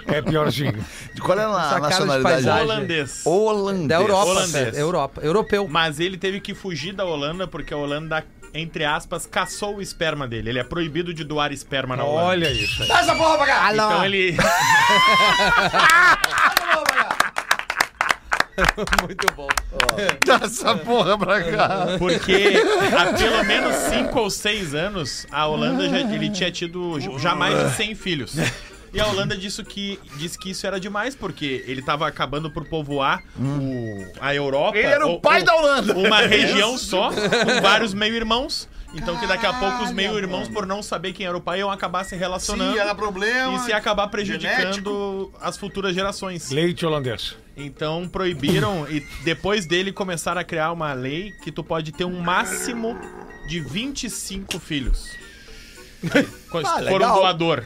G: é piorzinho.
C: De qual é a
F: Essa cara de
C: nacionalidade?
F: paisagem.
H: Holandês.
C: Holandês.
F: da Europa,
H: Holandês.
F: César, Europa, europeu.
H: Mas ele teve que fugir da Holanda porque a Holanda, entre aspas, caçou o esperma dele. Ele é proibido de doar esperma na Holanda.
G: Olha É isso aí.
H: Então ele.
F: Muito bom.
C: Dá essa porra pra cá.
H: Porque há pelo menos 5 ou 6 anos, a Holanda já, ele tinha tido j- já mais de 100 filhos. E a Holanda disse que, disse que isso era demais, porque ele tava acabando por povoar o- a Europa.
C: Ele era o
H: ou-
C: pai
H: ou
C: da Holanda. É
H: Uma região só, com vários meio-irmãos. Então que daqui a pouco os meio-irmãos, por não saber quem era o pai, iam acabar se relacionando.
A: Se era problema,
H: E se acabar
A: genético.
H: prejudicando as futuras gerações.
G: Leite holandês.
H: Então proibiram e depois dele começaram a criar uma lei que tu pode ter um máximo de 25 filhos.
C: Ah,
H: Quando se tu for um
D: legal.
H: doador.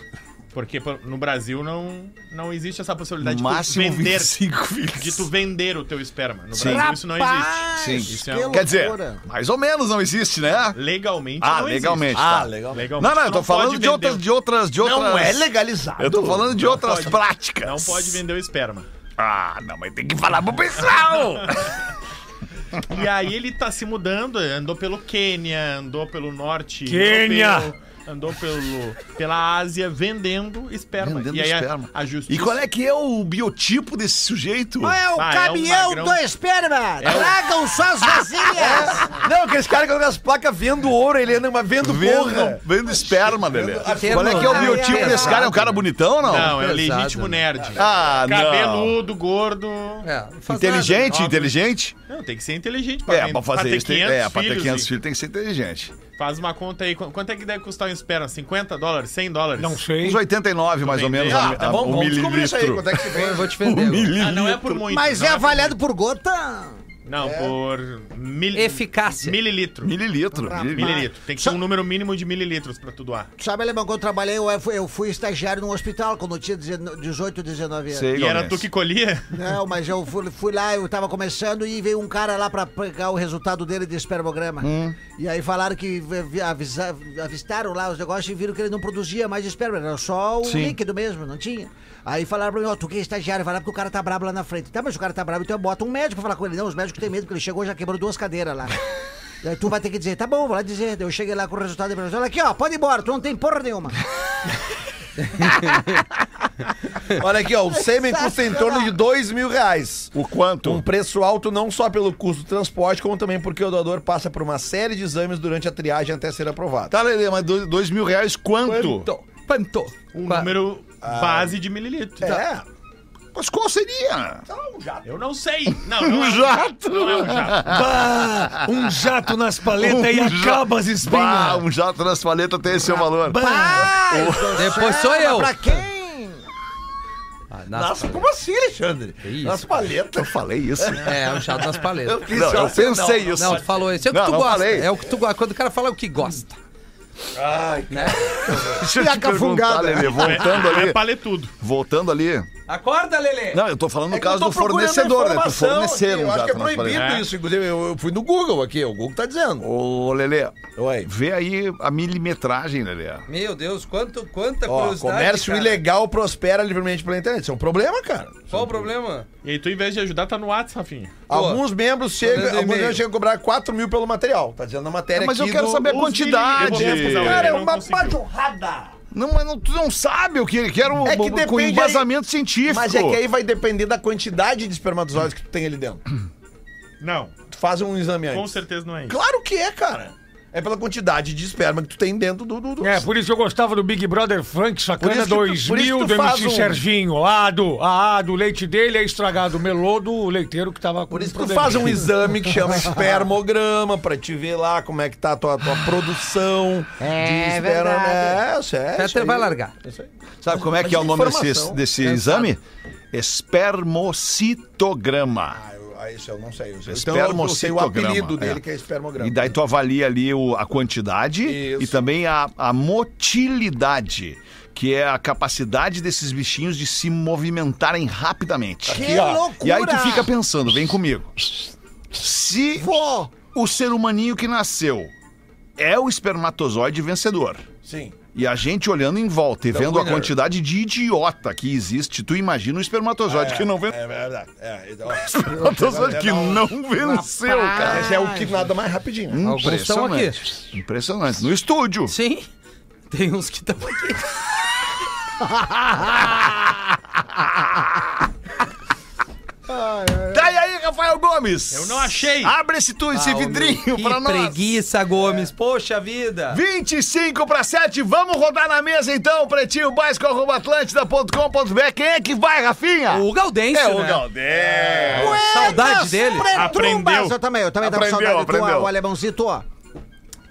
H: Porque por- no Brasil não, não existe essa possibilidade de tu
C: Máximo
H: vender
C: 25 filhos.
H: de tu vender o teu esperma. No
C: Sim.
H: Brasil isso não existe.
C: Sim.
H: Isso é
E: que
H: um-
C: Quer dizer,
E: loucura.
C: mais ou menos não existe, né?
H: legalmente
C: Ah,
H: não existe.
C: legalmente. tá.
D: legal.
H: Legalmente
C: Não, não, eu
H: tu
C: tô falando
H: pode
C: de outras,
H: vender
C: de outras, de outras.
D: Não é legalizado.
C: Eu tô falando de outras práticas.
H: o- Não pode vender o esperma.
C: Ah, não, mas tem que falar pro pessoal. Tá
H: E aí ele tá se mudando, andou pelo Quênia, andou pelo norte.
G: Quênia!
H: europeu, andou pelo, pela Ásia vendendo esperma.
C: Vendendo
H: e aí a-
C: esperma.
H: A, justiça.
C: e qual é que é o biotipo desse sujeito?
E: Qual é o
H: Ah, é um
E: caminhão
H: magrão.
E: do esperma? Tragam suas vasilhas!
D: É um- Não, aqueles caras que andam nas placas vendo ouro, ele anda mas vendo, porra.
C: Vendo, vendo esperma, Lelê.
F: que
C: Qual é que é o
F: termo-
C: biotipo
E: Ah, é
C: desse cara? É um cara bonitão ou não?
H: Não, é
F: Pesado,
H: legítimo
F: né?
H: nerd.
C: Ah, não.
H: Cabeludo, gordo.
F: É, não faz
C: Inteligente,
F: nada,
C: inteligente.
H: Não, tem que ser inteligente pra,
C: É,
H: ven-
C: pra fazer
H: ter
C: isso tem,
H: 500
C: é, pra ter
H: filhos,
C: 500
H: e-
C: filhos tem que ser inteligente.
H: Faz uma conta aí. qu- Quanto é que deve custar um esperma? 50 dólares? 100 dólares?
G: Não sei.
C: Uns 89, mais ou menos,
D: Ah,
C: a,
D: tá
C: a,
D: bom,
C: o
D: vamos descobrir isso aí.
C: mililitro. Um
D: Quanto é que se
F: Eu
D: vende?
F: vou te vender. agora.
H: Ah, não é por muito.
E: Mas
H: não
E: é
H: por-
E: avaliado por gota?
H: Não,
C: É.
H: por. Mil...
F: Eficácia.
H: Mililitro.
C: Mililitro. mililitro.
H: Mililitro. Tem que ter um número mínimo de mililitros pra tu doar.
E: Tu sabe, alemão, quando eu trabalhei, eu eu fui, estagiário num hospital quando eu tinha 18, 19 anos.
C: Sei,
H: E era
C: Gomes.
H: tu que colhia?
E: Não, mas eu fui, fui lá, eu tava começando e veio um cara lá pra pegar o resultado dele de espermograma. E aí falaram que vi- vi- avisa- avistaram lá os negócios e viram que ele não produzia mais esperma, era só o líquido mesmo, não tinha. Aí falaram pra mim, ó, tu que é estagiário, vai lá porque o cara tá brabo lá na frente. Tá, mas o cara tá brabo, então bota um médico pra falar com ele. Não, os médicos têm medo, porque ele chegou e já quebrou duas cadeiras lá. Daí tu vai ter que dizer, tá bom, vou lá dizer. Daí Eu cheguei lá com o resultado e falei, olha aqui, ó, pode ir embora, tu não tem porra nenhuma.
D: Olha aqui, ó, o sêmen custa em torno de dois mil reais.
C: O quanto?
D: Um preço alto não só pelo custo do transporte, como também porque o doador passa por uma série de exames durante a triagem até ser aprovado.
C: Tá, Lelê, mas dois, dois mil reais quanto?
F: Panto. Panto.
H: Um
F: Qua-
H: número
C: Ah.
H: base de mililitros.
E: Tá,
D: É,
C: Mas qual seria?
H: Eu não sei. Não, não é
C: Um jato.
H: Não é um jato.
G: Bah, um jato nas paletas e acaba as
C: Bah,
G: espinhas.
C: um jato nas paletas tem seu valor.
F: Depois sou eu.
E: Pra quem?
F: Ah, nas-
D: Nossa, como assim, Alexandre?
F: isso,
D: Nas paletas.
C: Eu falei isso. né?
F: É, um chato nas paletas.
D: fiz
C: Não, eu
D: assim,
C: pensei isso.
F: Não, tu falou isso. É o que
C: Não,
F: tu
C: não
F: gosta.
C: falei.
F: É o que tu gosta. Quando o cara fala é o que gosta.
C: Deixa eu te perguntar, Lelê, voltando
H: É
C: ali,
H: paletudo.
C: voltando ali.
F: Acorda, Lelê.
C: Não, eu tô falando no
D: É que eu
C: caso
D: tô
C: do
D: procurando
C: fornecedor, né? Do
D: informação
C: fornecer
D: aqui,
C: um
D: Eu acho que
C: jato
D: é
C: nas
D: proibido
C: paletas.
D: isso. Inclusive, eu, eu fui no Google aqui. O Google tá dizendo.
C: Ô, Lelê,
D: Oi.
C: vê aí a milimetragem, Lelê.
F: Meu Deus, quanto, quanta
D: Ó,
F: curiosidade.
D: comércio
F: cara.
D: ilegal prospera livremente pela internet. Isso é um problema, cara.
F: Qual o problema?
H: E aí tu, em vez de ajudar, tá no WhatsApp, Rafinha.
D: Alguns membros chegam,
F: lendo
D: alguns
F: e-mail.
D: membros chegam a cobrar 4 mil pelo material. Tá dizendo na matéria
C: Mas eu
D: aqui
C: quero
D: do-
C: saber a
H: os
C: quantidade.
H: milímetros, eu vou pesquisar
D: Cara, é
H: Ele não
D: uma
H: conseguiu.
D: pachorrada.
C: Não, mas não, tu não sabe o que ele quer, um-
D: É que
C: com
D: depende aí-
C: embasamento científico.
D: Mas é que aí vai depender da quantidade de espermatozoides que tu tem ali dentro.
H: Não,
D: Tu faz um exame antes.
H: com certeza não é isso.
D: Claro que é, cara. É pela quantidade de esperma que tu tem dentro do. do, do-
G: É, por isso que eu gostava do Big Brother Funk,
D: Por
G: sacana
D: isso que tu- por isso que
G: 2000
D: tu
G: do
D: faz
G: MC
D: um-
G: Serginho. A do, a do leite dele é estragado. O melô do leiteiro que tava com
D: Por isso que tu
G: problema.
D: faz um exame que chama espermograma pra te ver lá como é que tá a tua, tua produção
E: É
D: esperma.
E: verdade.
D: É, isso é, isso
F: Petra
D: aí.
F: vai largar.
D: Isso aí.
C: Sabe como é que é o nome desse, desse
D: É,
C: exame? Espermocitograma.
D: Ah, eu- ah, isso eu não sei. Isso. Então eu- eu sei o
C: Espermocitograma.
D: apelido dele
C: é.
D: que é espermograma.
C: E daí tu avalia ali o- a quantidade
D: Isso.
C: e também a, a motilidade, que é a capacidade desses bichinhos de se movimentarem rapidamente.
E: Que loucura!
C: E aí tu fica pensando, vem comigo. Se o ser humaninho que nasceu é o espermatozoide vencedor.
D: Sim.
C: E a gente olhando em volta e
D: The
C: vendo a
D: winner.
C: quantidade de idiota que existe, tu imagina o espermatozoide que não
D: vê.
C: venceu.
D: É verdade. É, então,
C: espermatozoide que não venceu, cara.
D: Esse é o que nada mais rapidinho. né?
F: Alguns estão aqui.
C: Impressionante. Impressionante. No estúdio.
F: Sim. Tem uns que estão aqui.
C: Tá e aí, Rafael Gomes.
H: Eu não achei.
C: Abre esse, tu, esse vidrinho
F: que
C: pra nós.
F: preguiça, Gomes. Poxa vida.
C: 25 para 7, vamos rodar na mesa então, pretinho básico, arroba atlântida.com.br. Quem é que vai, Rafinha?
F: O Gaudêncio,
C: é o
F: né?
C: Galdé.
F: Saudade dele.
E: Aprendeu. Eu também, eu também tava com
C: Aprendeu,
E: saudade do
C: aprendeu.
E: o alemãozito, ó.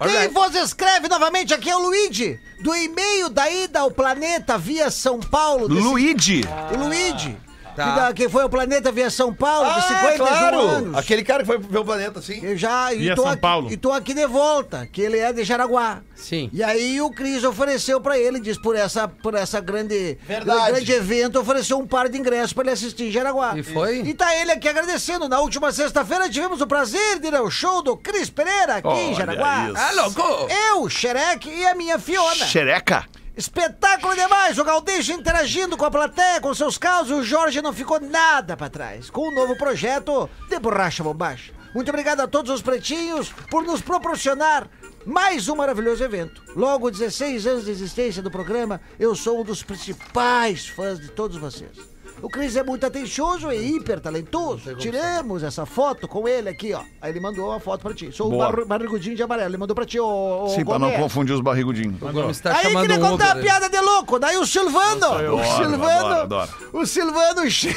E: Quem vos escreve novamente aqui é o Luigi, do e-mail da ida ao planeta via São Paulo. de
C: Luigi.
E: O Luigi.
F: Tá.
E: Que, da- que foi ao planeta via São
D: Ah,
E: Paulo,
D: é
E: de 51 anos.
D: Aquele cara que foi ver o planeta, assim.
E: Eu já
H: Via
E: e tô
H: é São
E: aqui,
H: Paulo.
E: E tô aqui de volta, que ele é de Jaraguá.
F: Sim.
E: E aí o Cris ofereceu pra ele, diz por essa por essa grande
D: Verdade.
E: grande evento, ofereceu um par de ingressos pra ele assistir em Jaraguá.
F: E foi?
E: E tá ele aqui agradecendo. Na última sexta-feira tivemos o prazer de ir ao show do Cris Pereira aqui em Jaraguá.
F: Ah, louco.
G: É.
E: Eu, Xerec e a minha Fiona.
C: Xereca.
E: Espetáculo demais! O Galdeixo interagindo com a plateia, com seus casos, e o Jorge não ficou nada pra trás. Com o novo projeto de borracha bombacha. Muito obrigado a todos os pretinhos por nos proporcionar mais um maravilhoso evento. Logo 16 anos de existência do programa, eu sou um dos principais fãs de todos vocês. O Cris é muito atencioso e hiper talentoso. Tiramos essa foto com ele aqui, ó. Aí ele mandou uma foto pra ti. Sou
C: Boa.
E: o barri- barrigudinho de amarelo. Ele mandou pra ti, ô. ô
C: Sim, pra não
E: Gomes.
C: confundir os barrigudinhos.
F: O Gomes tá
E: Aí
F: chamando
E: queria
F: um
E: contar uma
F: Uber.
E: piada de louco. Daí o Silvano. o
C: adoro,
E: Silvano.
C: adoro, adoro.
E: O Silvano che-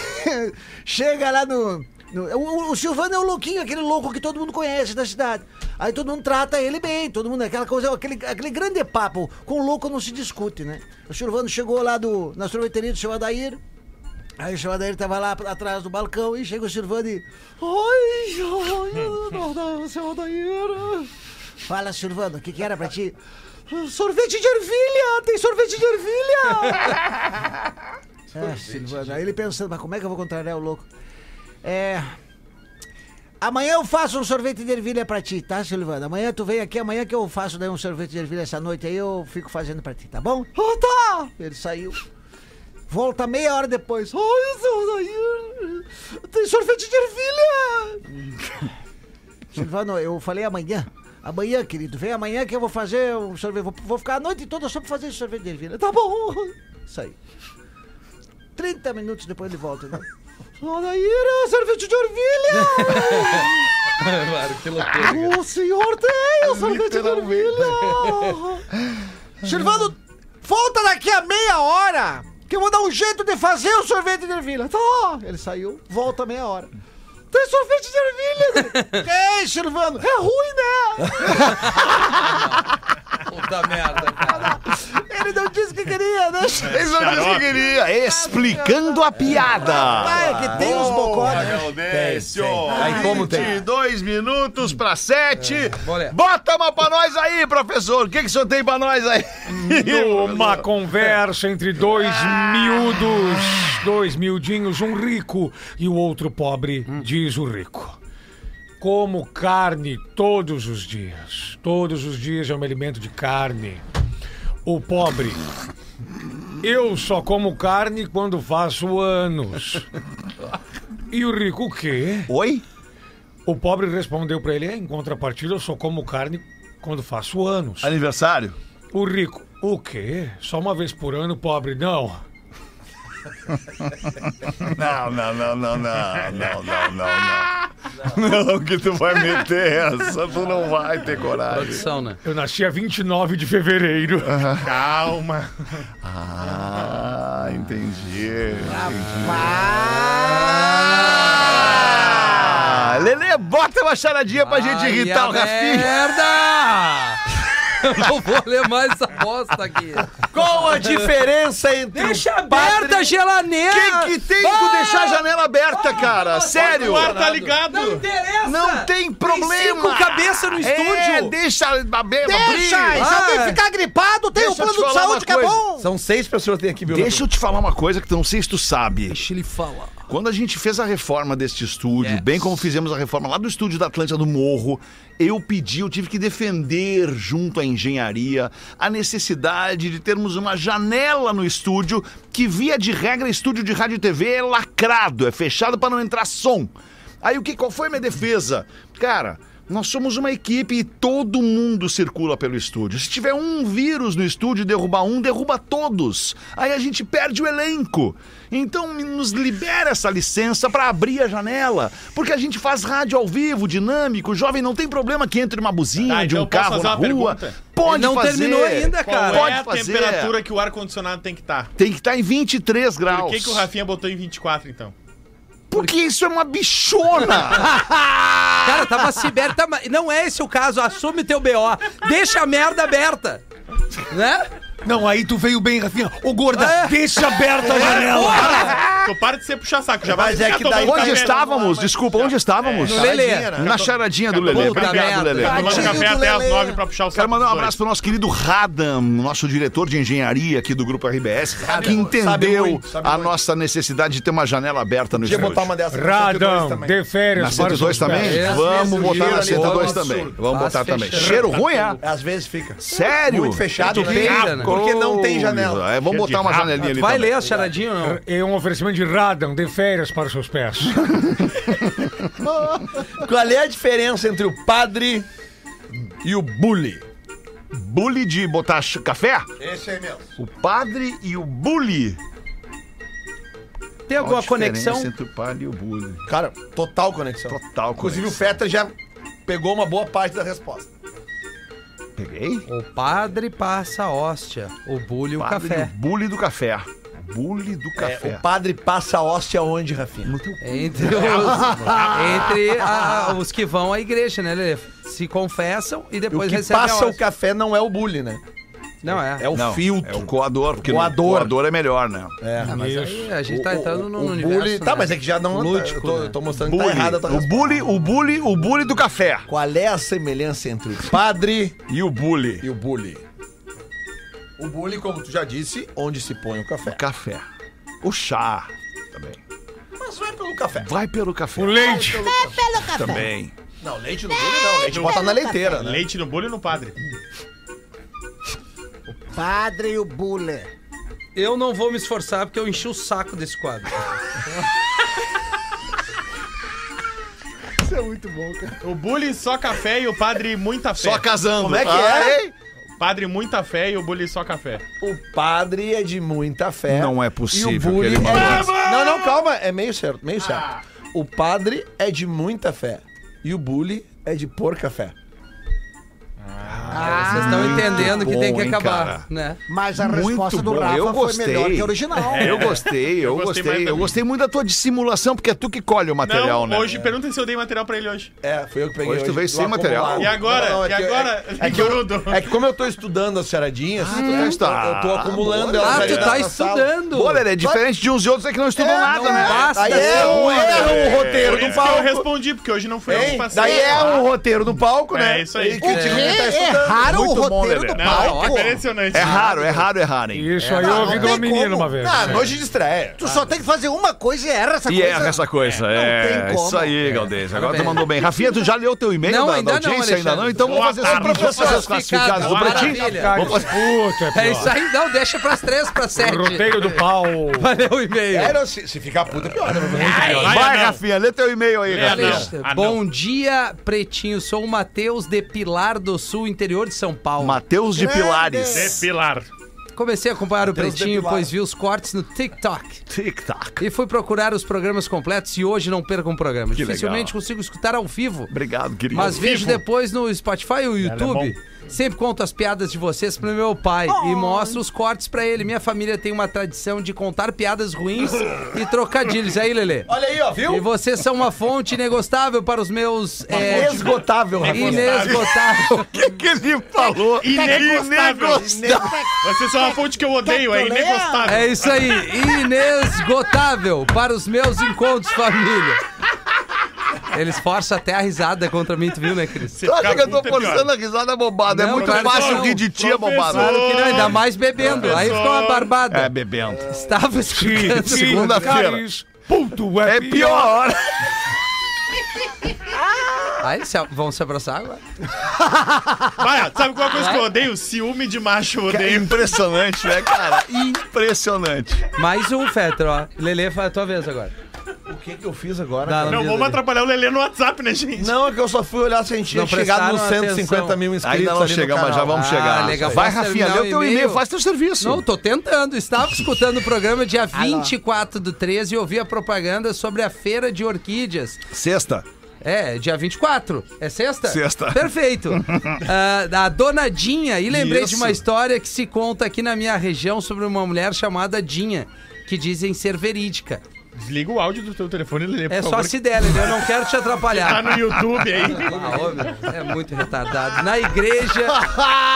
E: chega lá no. no- o, o Silvano é o louquinho, aquele louco que todo mundo conhece da cidade. Aí todo mundo trata ele bem, todo mundo, aquela coisa, aquele, aquele grande papo. Com louco não se discute, né? O Silvano chegou lá do, na sorveteria do seu Adair. Aí o seu Adair tava lá atrás do balcão e chega o Silvano e. Oi, seu Adair. Fala, Silvano, o que, que era pra ti? Sorvete de ervilha! Tem sorvete de ervilha! ah, Silvano, aí ele pensando, mas como é que eu vou contrariar o louco? É. Amanhã eu faço um sorvete de ervilha pra ti, tá, Silvana? Amanhã tu vem aqui, amanhã que eu faço daí um sorvete de ervilha essa noite aí, eu fico fazendo pra ti, tá bom? Ah, tá! Ele saiu. Volta meia hora depois. Ai, Silvana, tem sorvete de ervilha! Silvano, eu falei amanhã. Amanhã, querido, vem amanhã que eu vou fazer um sorvete. Vou, vou ficar a noite toda só pra fazer esse sorvete de ervilha. Tá bom! Saiu. 30 minutos depois ele volta, né? Anaíra, sorvete de ervilha!
F: Claro, que loucura.
E: O senhor tem o sorvete de ervilha! Silvano, volta daqui a meia hora! Que eu vou dar um jeito de fazer o sorvete de ervilha. Tá, ele saiu, volta meia hora. Tem sorvete de ervilha! Ei, Silvano, é ruim, né?
F: Puta merda, cara.
E: Ele não disse o que queria, né?
C: Eles não dizem que queria. Explicando a piada.
E: Ah, é que tem uns bocó,
D: Ah,
E: né?
C: Galdécio.
D: Aí como tem?
C: 22 minutos pra 7.
E: É,
F: bora.
C: Bota uma pra nós aí, professor. O que, que o senhor tem pra nós aí?
G: Uma conversa entre dois miúdos, dois miudinhos, um rico e o outro pobre, diz o rico. Como carne todos os dias. Todos os dias eu me alimento de carne. O pobre. Eu só como carne quando faço anos. E o rico o quê?
C: Oi?
G: O pobre respondeu pra ele: "É, em contrapartida, eu só como carne quando faço anos.
C: Aniversário?
G: O rico, o quê? Só uma vez por ano, pobre, não.
C: Não, não, não, não, não, não, não, não, não. Não, que tu vai meter essa, tu não vai ter coragem.
F: Produção, né?
G: Eu nasci a 29 de fevereiro.
H: Calma.
C: Ah, entendi. Ah, Lelê, bota uma charadinha pra gente
F: Ai,
C: irritar
F: a
C: o Rafinha.
F: Merda! Eu não vou ler mais essa bosta aqui.
D: Qual a diferença entre.
F: Deixa aberta a gelaneira!
C: O que, que tem tu deixar a janela aberta, cara? Sério?
H: O ar tá ligado.
F: Não interessa!
C: Não tem problema.
F: cinco cabeça no
C: É,
F: estúdio.
C: deixa a beba
E: Deixa! Se alguém ficar gripado, tem o
C: Deixa eu
E: plano
C: te
E: de
C: falar
E: saúde
C: uma
E: que é
C: coisa.
E: bom.
D: São seis pessoas que tem aqui, viu?
C: Deixa eu te falar uma coisa que eu não sei se tu sabe.
F: Deixa ele falar.
C: Quando a gente fez a reforma deste estúdio,
F: Yes.
C: bem como fizemos a reforma lá do estúdio da Atlântida do Morro, eu pedi, eu tive que defender junto à engenharia a necessidade de termos uma janela no estúdio que, via de regra, estúdio de rádio e TV é lacrado, é fechado para não entrar som. Aí o que qual foi a minha defesa? Cara, nós somos uma equipe e todo mundo circula pelo estúdio. Se tiver um vírus no estúdio e derrubar um, derruba todos. Aí a gente perde o elenco. Então me- nos libera essa licença para abrir a janela, porque a gente faz rádio ao vivo, dinâmico, jovem não tem problema que entre uma buzinha
H: Tá,
C: de
H: então
C: um
H: eu posso
C: carro
H: fazer
C: na
H: uma
C: rua.
H: pergunta?
C: Pode
F: Ele não
C: fazer.
F: terminou ainda,
H: Qual
F: cara.
H: é
C: Pode
H: a
C: fazer.
H: temperatura que o ar-condicionado tem que estar?
C: Tem que estar em 23 graus.
H: Por que, que o Rafinha botou em 24, então?
C: Porque isso é uma bichona.
F: Cara, tava ciber... Tá... ma- Não é esse o caso, assume teu BO. Deixa a merda aberta. Né?
D: Não, aí tu veio bem, Rafinha. Ô, gorda,
F: É.
D: deixa aberta a janela.
H: Eu paro de ser puxar saco, já vai
D: Mas é
H: ficar
D: que daí-
H: tomando
C: onde
H: café.
C: estávamos? Desculpa, onde estávamos?
D: É,
F: No Lelê.
C: Na charadinha do Lelê.
F: Puta
C: Obrigado,
F: merda.
C: Lelê.
H: tá Tomando
E: Tadinho
H: café
E: do
H: até as
E: Lelê.
H: 9 pra puxar o saco.
C: Quero mandar um
H: dos
C: abraço
H: dois.
C: pro nosso querido Radam, nosso diretor de engenharia aqui do Grupo RBS, que entendeu
D: muito, sabe
C: a
D: muito.
C: nossa necessidade de ter uma janela aberta no
D: Podia
C: estúdio.
D: botar uma dessas.
G: Radão, de
C: Na
G: férias. para os
C: 102 também?
G: hospitais.
F: É,
C: Vamos
D: mesmo
C: botar
D: giro
C: na
D: ali,
C: 102
D: é um
C: também.
D: absurdo.
C: Vamos
F: Faz
C: botar também.
F: fechando.
C: Cheiro ruim, é?
D: Às vezes fica.
C: Sério?
D: Muito fechado, né?
F: Peira, né?
D: Porque não tem janela.
C: É, vamos botar uma janelinha ali
F: Vai
C: também.
F: ler a charadinha ou não?
G: É um oferecimento de Radam, de férias para os seus pés.
D: Qual é a diferença entre o padre e o bully?
C: Bully de botar ch- café?
D: Esse aí mesmo.
C: O padre e o bully.
F: Tem alguma
C: Qual a
F: conexão?
C: diferença Entre o padre e o bully.
D: Cara, total conexão.
C: Total
D: Inclusive
C: conexão.
D: o Fetter já pegou uma boa parte da resposta.
C: Peguei?
F: O padre passa a hóstia, o bulho e o
C: Padre
F: café.
C: do bully do café. Bully do café.
D: É, O padre passa a hóstia onde, Rafinha?
F: Entre os, entre a- a- os que vão à igreja, né, Lelê? Se confessam e
D: E o
F: depois
D: que
F: recebem
D: passa
F: a
D: o
F: hóstia.
D: café não é o bully, né?
F: Não, é.
D: É o
C: Não,
D: filtro.
C: É o coador, porque
D: Coador.
C: o coador é melhor, né?
F: Ah, mas aí a gente tá
D: O- o-
F: entrando no,
D: o
F: no universo.
D: bully-
F: né?
D: Tá, mas é que já não.
F: Lúdico,
D: eu tô,
F: né?
D: eu tô mostrando
C: Bully.
D: que tá errada a tua
C: o
D: resposta.
C: bully, o bully, o bully do café.
D: Qual é a semelhança entre o padre
C: E o bully?
D: e o bully? O bully, como tu já disse, onde se põe o café.
C: Café. O chá. Também.
D: Mas vai pelo café.
C: Vai pelo café.
G: O leite.
C: Também.
D: Não,
H: Tá
D: leite no bully não. Leite bota na leiteira, né?
H: Leite no bolo e no padre.
E: Padre e o bule.
F: Eu não vou me esforçar porque eu enchi o saco desse quadro.
H: O bully só café e o padre muita fé.
C: Só casando.
D: Como é que
C: Ah,
D: é?
H: Padre muita fé e o bully só café.
D: O padre é de muita fé.
C: Não é
D: E
C: possível
D: o bully
C: que ele
D: é
C: mandou.
D: de... Não, não, calma. É meio certo,
E: Ah.
D: meio certo. O padre é de muita fé. E o bully é de pôr café. Ah.
F: Vocês estão entendendo que tem
C: bom,
F: que
C: hein,
F: acabar,
C: cara?
F: né?
E: Mas a
C: Muito
E: resposta do
C: bom,
E: Rafa
C: eu
E: foi
C: gostei.
E: melhor que a original.
C: É, Eu gostei, eu,
H: Eu gostei
C: gostei.
H: mais
C: eu
H: também.
C: gostei muito da tua dissimulação, porque é tu que colhe o material,
H: não,
C: né?
H: hoje, pergunta se eu dei material pra ele hoje.
D: É, foi eu que peguei.
C: Hoje tu veio
D: do
C: sem material.
D: acumulado.
H: E agora?
D: Não, não, é
H: E
D: que-
H: agora?
D: É, é que eu,
H: Ligou.
D: é que como eu tô estudando as charadinhas,
C: tu tá
D: eu, tô,
C: estudando.
D: eu tô acumulando
C: Ah,
D: elas.
F: Ah,
D: ali
F: tu
D: na-
F: tá
D: na sala.
F: estudando.
C: Pô, Lelê, é diferente de uns e outros é que não estudou nada,
F: não
C: né?
F: basta.
D: Aí
F: ser
D: é um,
F: ruim,
D: é um roteiro
H: Por
D: do
H: isso que eu
D: palco.
H: respondi, porque hoje não foi eu que
D: Hein?
H: passei.
D: Daí é um roteiro do palco, né?
H: É, isso aí.
D: E que o time
E: É,
D: tá estudando.
E: erraram o
C: Muito bom,
E: roteiro
C: Lelê.
E: do
H: Não,
E: palco.
H: é impressionante.
C: É raro, é raro errarem.
G: Isso aí eu
E: não
G: ouvi de
E: tem
G: uma menina
E: como.
G: uma vez.
D: Ah,
G: É.
D: noite de estreia.
E: Tu só tem que fazer uma coisa e erra essa
C: E
E: coisa.
C: erra essa coisa.
E: tem
C: É,
E: como.
C: isso aí, Galdês. Agora tu
F: Parabéns.
C: mandou bem. Rafinha, tu já leu teu e-mail
F: Não,
C: da, da
F: ainda não,
C: audiência? ainda não?
F: Alexandre.
C: Então vamos
H: Boa
C: fazer,
H: tarde.
C: vamos fazer os classificados do Pretinho.
F: Maravilha.
G: Cara,
C: Vamos-
G: puta,
F: É
G: pior.
F: isso aí, não, deixa pras três, pras sete.
G: Roteiro do pau.
F: Valeu o e-mail.
D: Era, se, se ficar puta, é pior. né?
H: Ai,
C: Vai,
H: não.
C: Rafinha, lê teu e-mail aí,
H: É,
C: Rafinha.
H: não. Ah,
F: Bom dia, Pretinho. Sou o Matheus de Pilar do Sul, interior de São Paulo.
C: Matheus de Pilares.
H: Depilar.
F: Comecei a acompanhar o
D: Deus
F: Pretinho,
D: depilar.
F: pois vi os cortes no TikTok.
C: Tic-tac.
F: E fui procurar os programas completos e hoje não perco um programa.
C: legal.
F: Dificilmente consigo escutar ao vivo.
C: Obrigado, querido.
F: Mas vejo depois no Spotify
C: é
F: ou YouTube. Sempre conto as piadas de vocês pro meu pai e mostro os cortes pra ele. Minha família tem uma tradição de contar piadas ruins e trocadilhos. Aí, Lelê.
D: Olha aí, ó,
F: E
D: viu?
F: vocês são uma fonte inegostável para os meus. É,
D: Esgotável,
F: inesgotável.
C: O que, que ele falou?
H: Inegostável.
C: Inegostável.
H: Vocês são é uma fonte que eu odeio, é inegostável.
F: É isso aí. Inesgotável para os meus encontros, família. Eles forçam até a risada contra mim, tu viu, né, Cris?
C: Tu acha que eu tô
H: Fica muito
C: forçando a risada bobada?
F: Não,
C: é muito
F: claro que
C: fácil
F: não.
C: rir de tia bobada.
H: Claro
F: Que não, ainda mais bebendo. Aí ficou uma barbada.
C: É, bebendo.
F: Estava explicando.
C: Segunda-feira.
G: Puto,
C: É pior.
F: Aí eles se- vão se abraçar agora.
H: Vai, sabe qual é a coisa que eu odeio? Ciúme de macho, eu
C: É
H: odeio.
C: impressionante, né, cara? Impressionante.
F: Mais um, Fetter, ó. Lele, foi a tua vez agora.
D: O que que eu fiz agora?
F: Dá,
D: cara?
H: Não, vamos
F: Lele.
H: atrapalhar o Lelê no WhatsApp, né, gente?
D: Não, é que eu só fui olhar se a gente tinha
F: Não
D: chegado nos
F: prestaram
D: 150
F: atenção.
D: mil inscritos.
C: Ainda não
D: ali no
C: chegamos, mas já
D: canal.
C: vamos
F: Ah,
C: chegar.
F: legal.
C: Vai,
F: Posso
C: Rafinha,
F: terminar
C: lê o
F: o
C: teu
F: e-mail?
C: e-mail, faz teu serviço.
F: Não, tô tentando. Estava escutando o programa
D: Ah,
F: dia 24 do 13 e ouvi a propaganda sobre a feira de orquídeas.
C: Sexta.
F: É, dia 24. É sexta?
C: Sexta.
F: Perfeito. Ah, da dona Dinha. E lembrei de
C: Isso.
F: uma história que se conta aqui na minha região sobre uma mulher chamada Dinha, que dizem ser verídica.
H: Desliga o áudio do teu telefone, Lelê, por
F: É só
H: favor.
F: se der, Lelê, eu não quero te atrapalhar.
H: Tá no YouTube aí.
F: Ah, ô, meu, é muito retardado. Na igreja.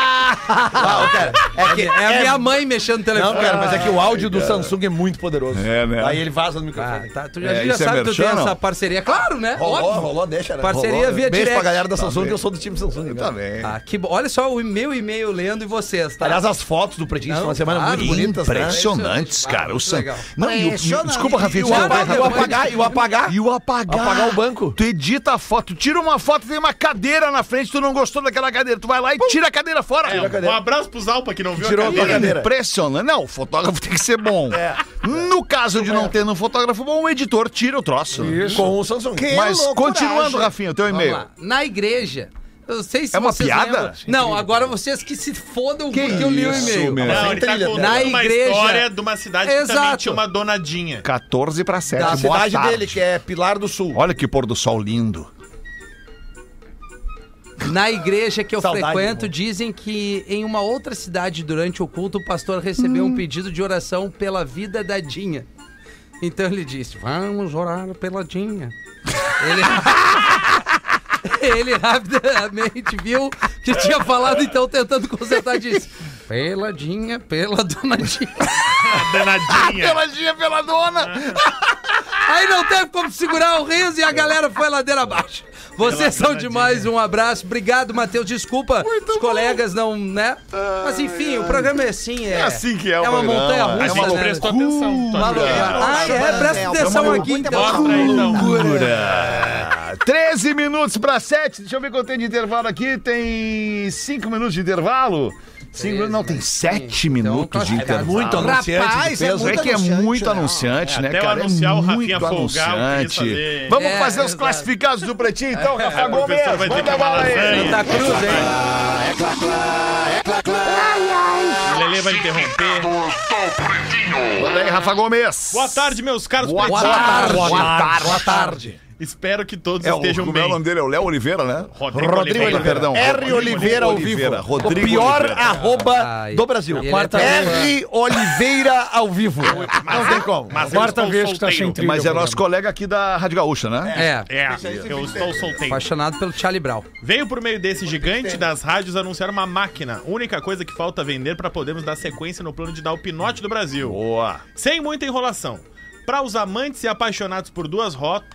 D: Ah, cara, é que
F: É, a minha mãe mexendo no telefone.
D: Não, cara, mas é que o áudio do Samsung é muito poderoso.
C: É, né?
D: Aí ele vaza no
F: Ah,
D: microfone.
F: tá. Tu
C: É,
F: já, já
C: isso é
F: sabe que tu tem
C: merchan,
F: essa
C: não?
F: parceria. Claro, né?
D: Rolou,
F: Óbvio.
D: rolou, deixa, né?
F: Parceria
D: Rolou.
F: via
D: Beijo
F: direct.
D: pra galera da Samsung,
C: Tá bem.
D: eu sou do né? time Samsung. cara.
C: Também.
F: Ah, que bo... Olha só o meu e-mail lendo e vocês, tá?
D: Aliás, as fotos do Pretinho
F: Não,
D: são uma semana
F: claro.
D: muito bonitas, né?
C: Impressionantes, cara. O sangue.
F: Legal.
C: Não, e o-
E: Impressionante.
C: desculpa, Rafinha.
D: é E o
C: desculpa,
D: apagar,
C: vai,
D: e o
C: Rafinha.
D: apagar, e o apagar.
C: E o apagar.
D: Apagar o banco.
C: Tu edita a foto, tu tira uma foto, tem uma cadeira na frente, tu não gostou daquela cadeira. Tu vai lá e tira a cadeira fora.
H: É, um abraço pros Alpa que não viu
D: Tirou a
H: a cadeira.
D: cadeira.
C: É Impressionante. Não, o fotógrafo tem que ser bom.
D: É.
C: No caso de não ter um fotógrafo bom, o editor tira o troço.
D: Com o Samsung.
C: Mas continuando, Rafinha, o teu
F: Vamos
C: e-mail.
F: lá. Na igreja. Eu sei se
C: É uma
F: vocês
C: piada?
F: lembram. Não, agora vocês que se fodam
C: Que
F: porque eu li o
C: isso,
F: e-mail.
C: meu.
H: Não, ele tá
D: Trilha,
H: contando
F: né? Na
H: uma
F: igreja.
H: história de uma cidade que também
F: Exato.
H: tinha uma donadinha.
C: 14 para 7.
D: Da
C: Boa
D: cidade
C: tarde.
D: dele, que é Pilar do Sul.
C: Olha que pôr do sol lindo.
F: Na igreja que eu
D: Saudade,
F: frequento,
D: irmão.
F: dizem que em uma outra cidade, durante o culto, o pastor recebeu
C: Hum.
F: um pedido de oração pela vida da Dinha. Então ele disse: Vamos orar pela Dinha. Ele, ele rapidamente viu que tinha falado, então tentando consertar, disse: Pela Dinha, pela dona Dinha.
H: A
D: É.
H: danadinha.
C: Peladinha pela dona.
F: Aí não teve como segurar o riso e a galera foi ladeira abaixo. Vocês são demais, um abraço. Obrigado, Matheus. Desculpa, os colegas não, né? Mas enfim, o programa é assim. É,
C: assim que é o
F: É uma
C: programa.
F: montanha
H: A
F: russa,
H: gente
F: né?
H: prestou atenção. Tô achando.
F: Ah, é, presta atenção aqui
C: Ah,
F: então.
H: Mostra aí, então.
C: 13 minutos para 7. Deixa eu ver quanto tem de intervalo aqui. Tem 5 minutos de intervalo. Cinco, minutos- não,
D: né?
C: tem
D: Então,
C: 7 minutos
D: tá
C: de
F: classificado.
C: intervalo.
D: Muito anunciante
E: Rapaz,
D: de
E: é
D: peso.
C: É que é
E: anunciante,
C: muito
E: né?
C: anunciante, né,
H: até o
C: cara?
H: anunciar
C: é
H: o
C: muito
H: Rafinha folgar, eu queria
C: anunciante.
H: saber. É,
C: Vamos
F: É,
C: fazer os
F: exato.
C: classificados do Pretinho, então, Rafa
H: o
C: Gomes.
H: professor vai ter que
C: Manda
H: uma
C: bala aí.
H: lasanha.
F: Santa Cruz, hein?
H: Ah, O Lelê vai interromper.
C: Manda aí, Rafa Gomes.
H: Boa tarde, meus caros
C: Boa
H: pretinhos.
C: tarde. Boa tarde.
H: Espero que todos
C: É, o,
H: estejam
C: como é
H: bem.
C: o nome dele? É o Léo Oliveira, né?
H: Rodrigo Oliveira.
C: perdão.
D: R. Oliveira ao vivo.
C: Oliveira, Rodrigo
D: o pior
C: Oliveira.
D: arroba
F: Ai.
D: do Brasil.
F: Ele é
D: Quarta
F: tão-
D: R. Oliveira ao vivo. Não tem como.
H: Mas eu
G: Quarta
H: estou
G: vez que tá sem
H: solteiro.
G: trilha.
C: Mas é nosso colega aqui da Rádio Gaúcha, né?
F: É,
H: É, eu estou solteiro.
F: apaixonado pelo Charlie Brown.
H: Veio por meio desse gigante das rádios anunciar uma máquina. Única coisa que falta vender para podermos dar sequência no plano de dar o pinote do Brasil.
C: Boa.
H: Sem muita enrolação. Para os amantes e apaixonados por duas rotas,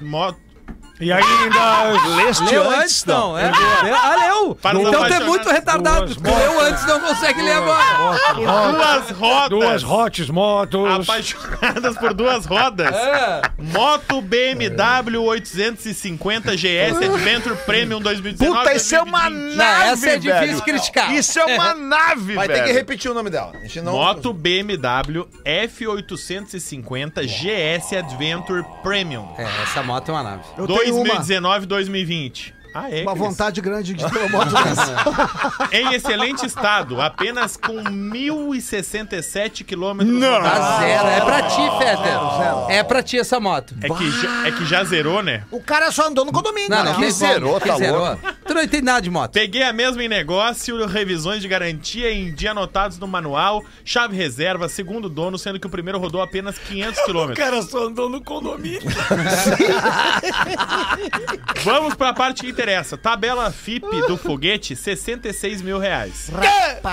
G: E ainda.
C: Leste
F: Leu antes, não. É. Ah, leu.
H: Para os
F: Então tu é
H: apaixonados.
F: muito retardado.
G: Duas
F: Tu leu antes, não consegue ler agora.
H: por duas rodas.
G: Duas hotes motos.
H: Apaixonadas por duas rodas.
F: É.
H: Moto BMW 850 GS Adventure Premium 2019.
C: Puta, isso é uma
H: 2020.
F: Não,
C: nave,
F: essa é difícil
C: velho.
F: criticar.
C: Isso é uma nave,
D: Vai ter
C: velho.
D: que repetir o nome dela. A gente não...
H: Moto BMW F850 GS Adventure Premium.
F: É, essa moto é uma nave.
H: 2019-2020. Ah, é,
B: Uma
H: Cris?
B: vontade grande de ter uma moto dessa.
H: Em excelente estado, apenas com 1.067 quilômetros
F: Tá
H: rodados.
F: zero. É pra ti, Fetter. É pra ti essa moto.
H: É que, já, é que já zerou, né?
B: O cara só andou no condomínio,
F: Não, não,
B: né?
F: que
C: zerou, tá
F: Tu não entende nada de moto.
H: Peguei a mesma em negócio, revisões de garantia em dia anotados no manual, chave reserva, segundo dono, sendo que o primeiro rodou apenas 500 quilômetros.
J: cara só andou no condomínio.
H: Vamos pra parte que interessa. Tabela FIP do foguete, 66 mil reais.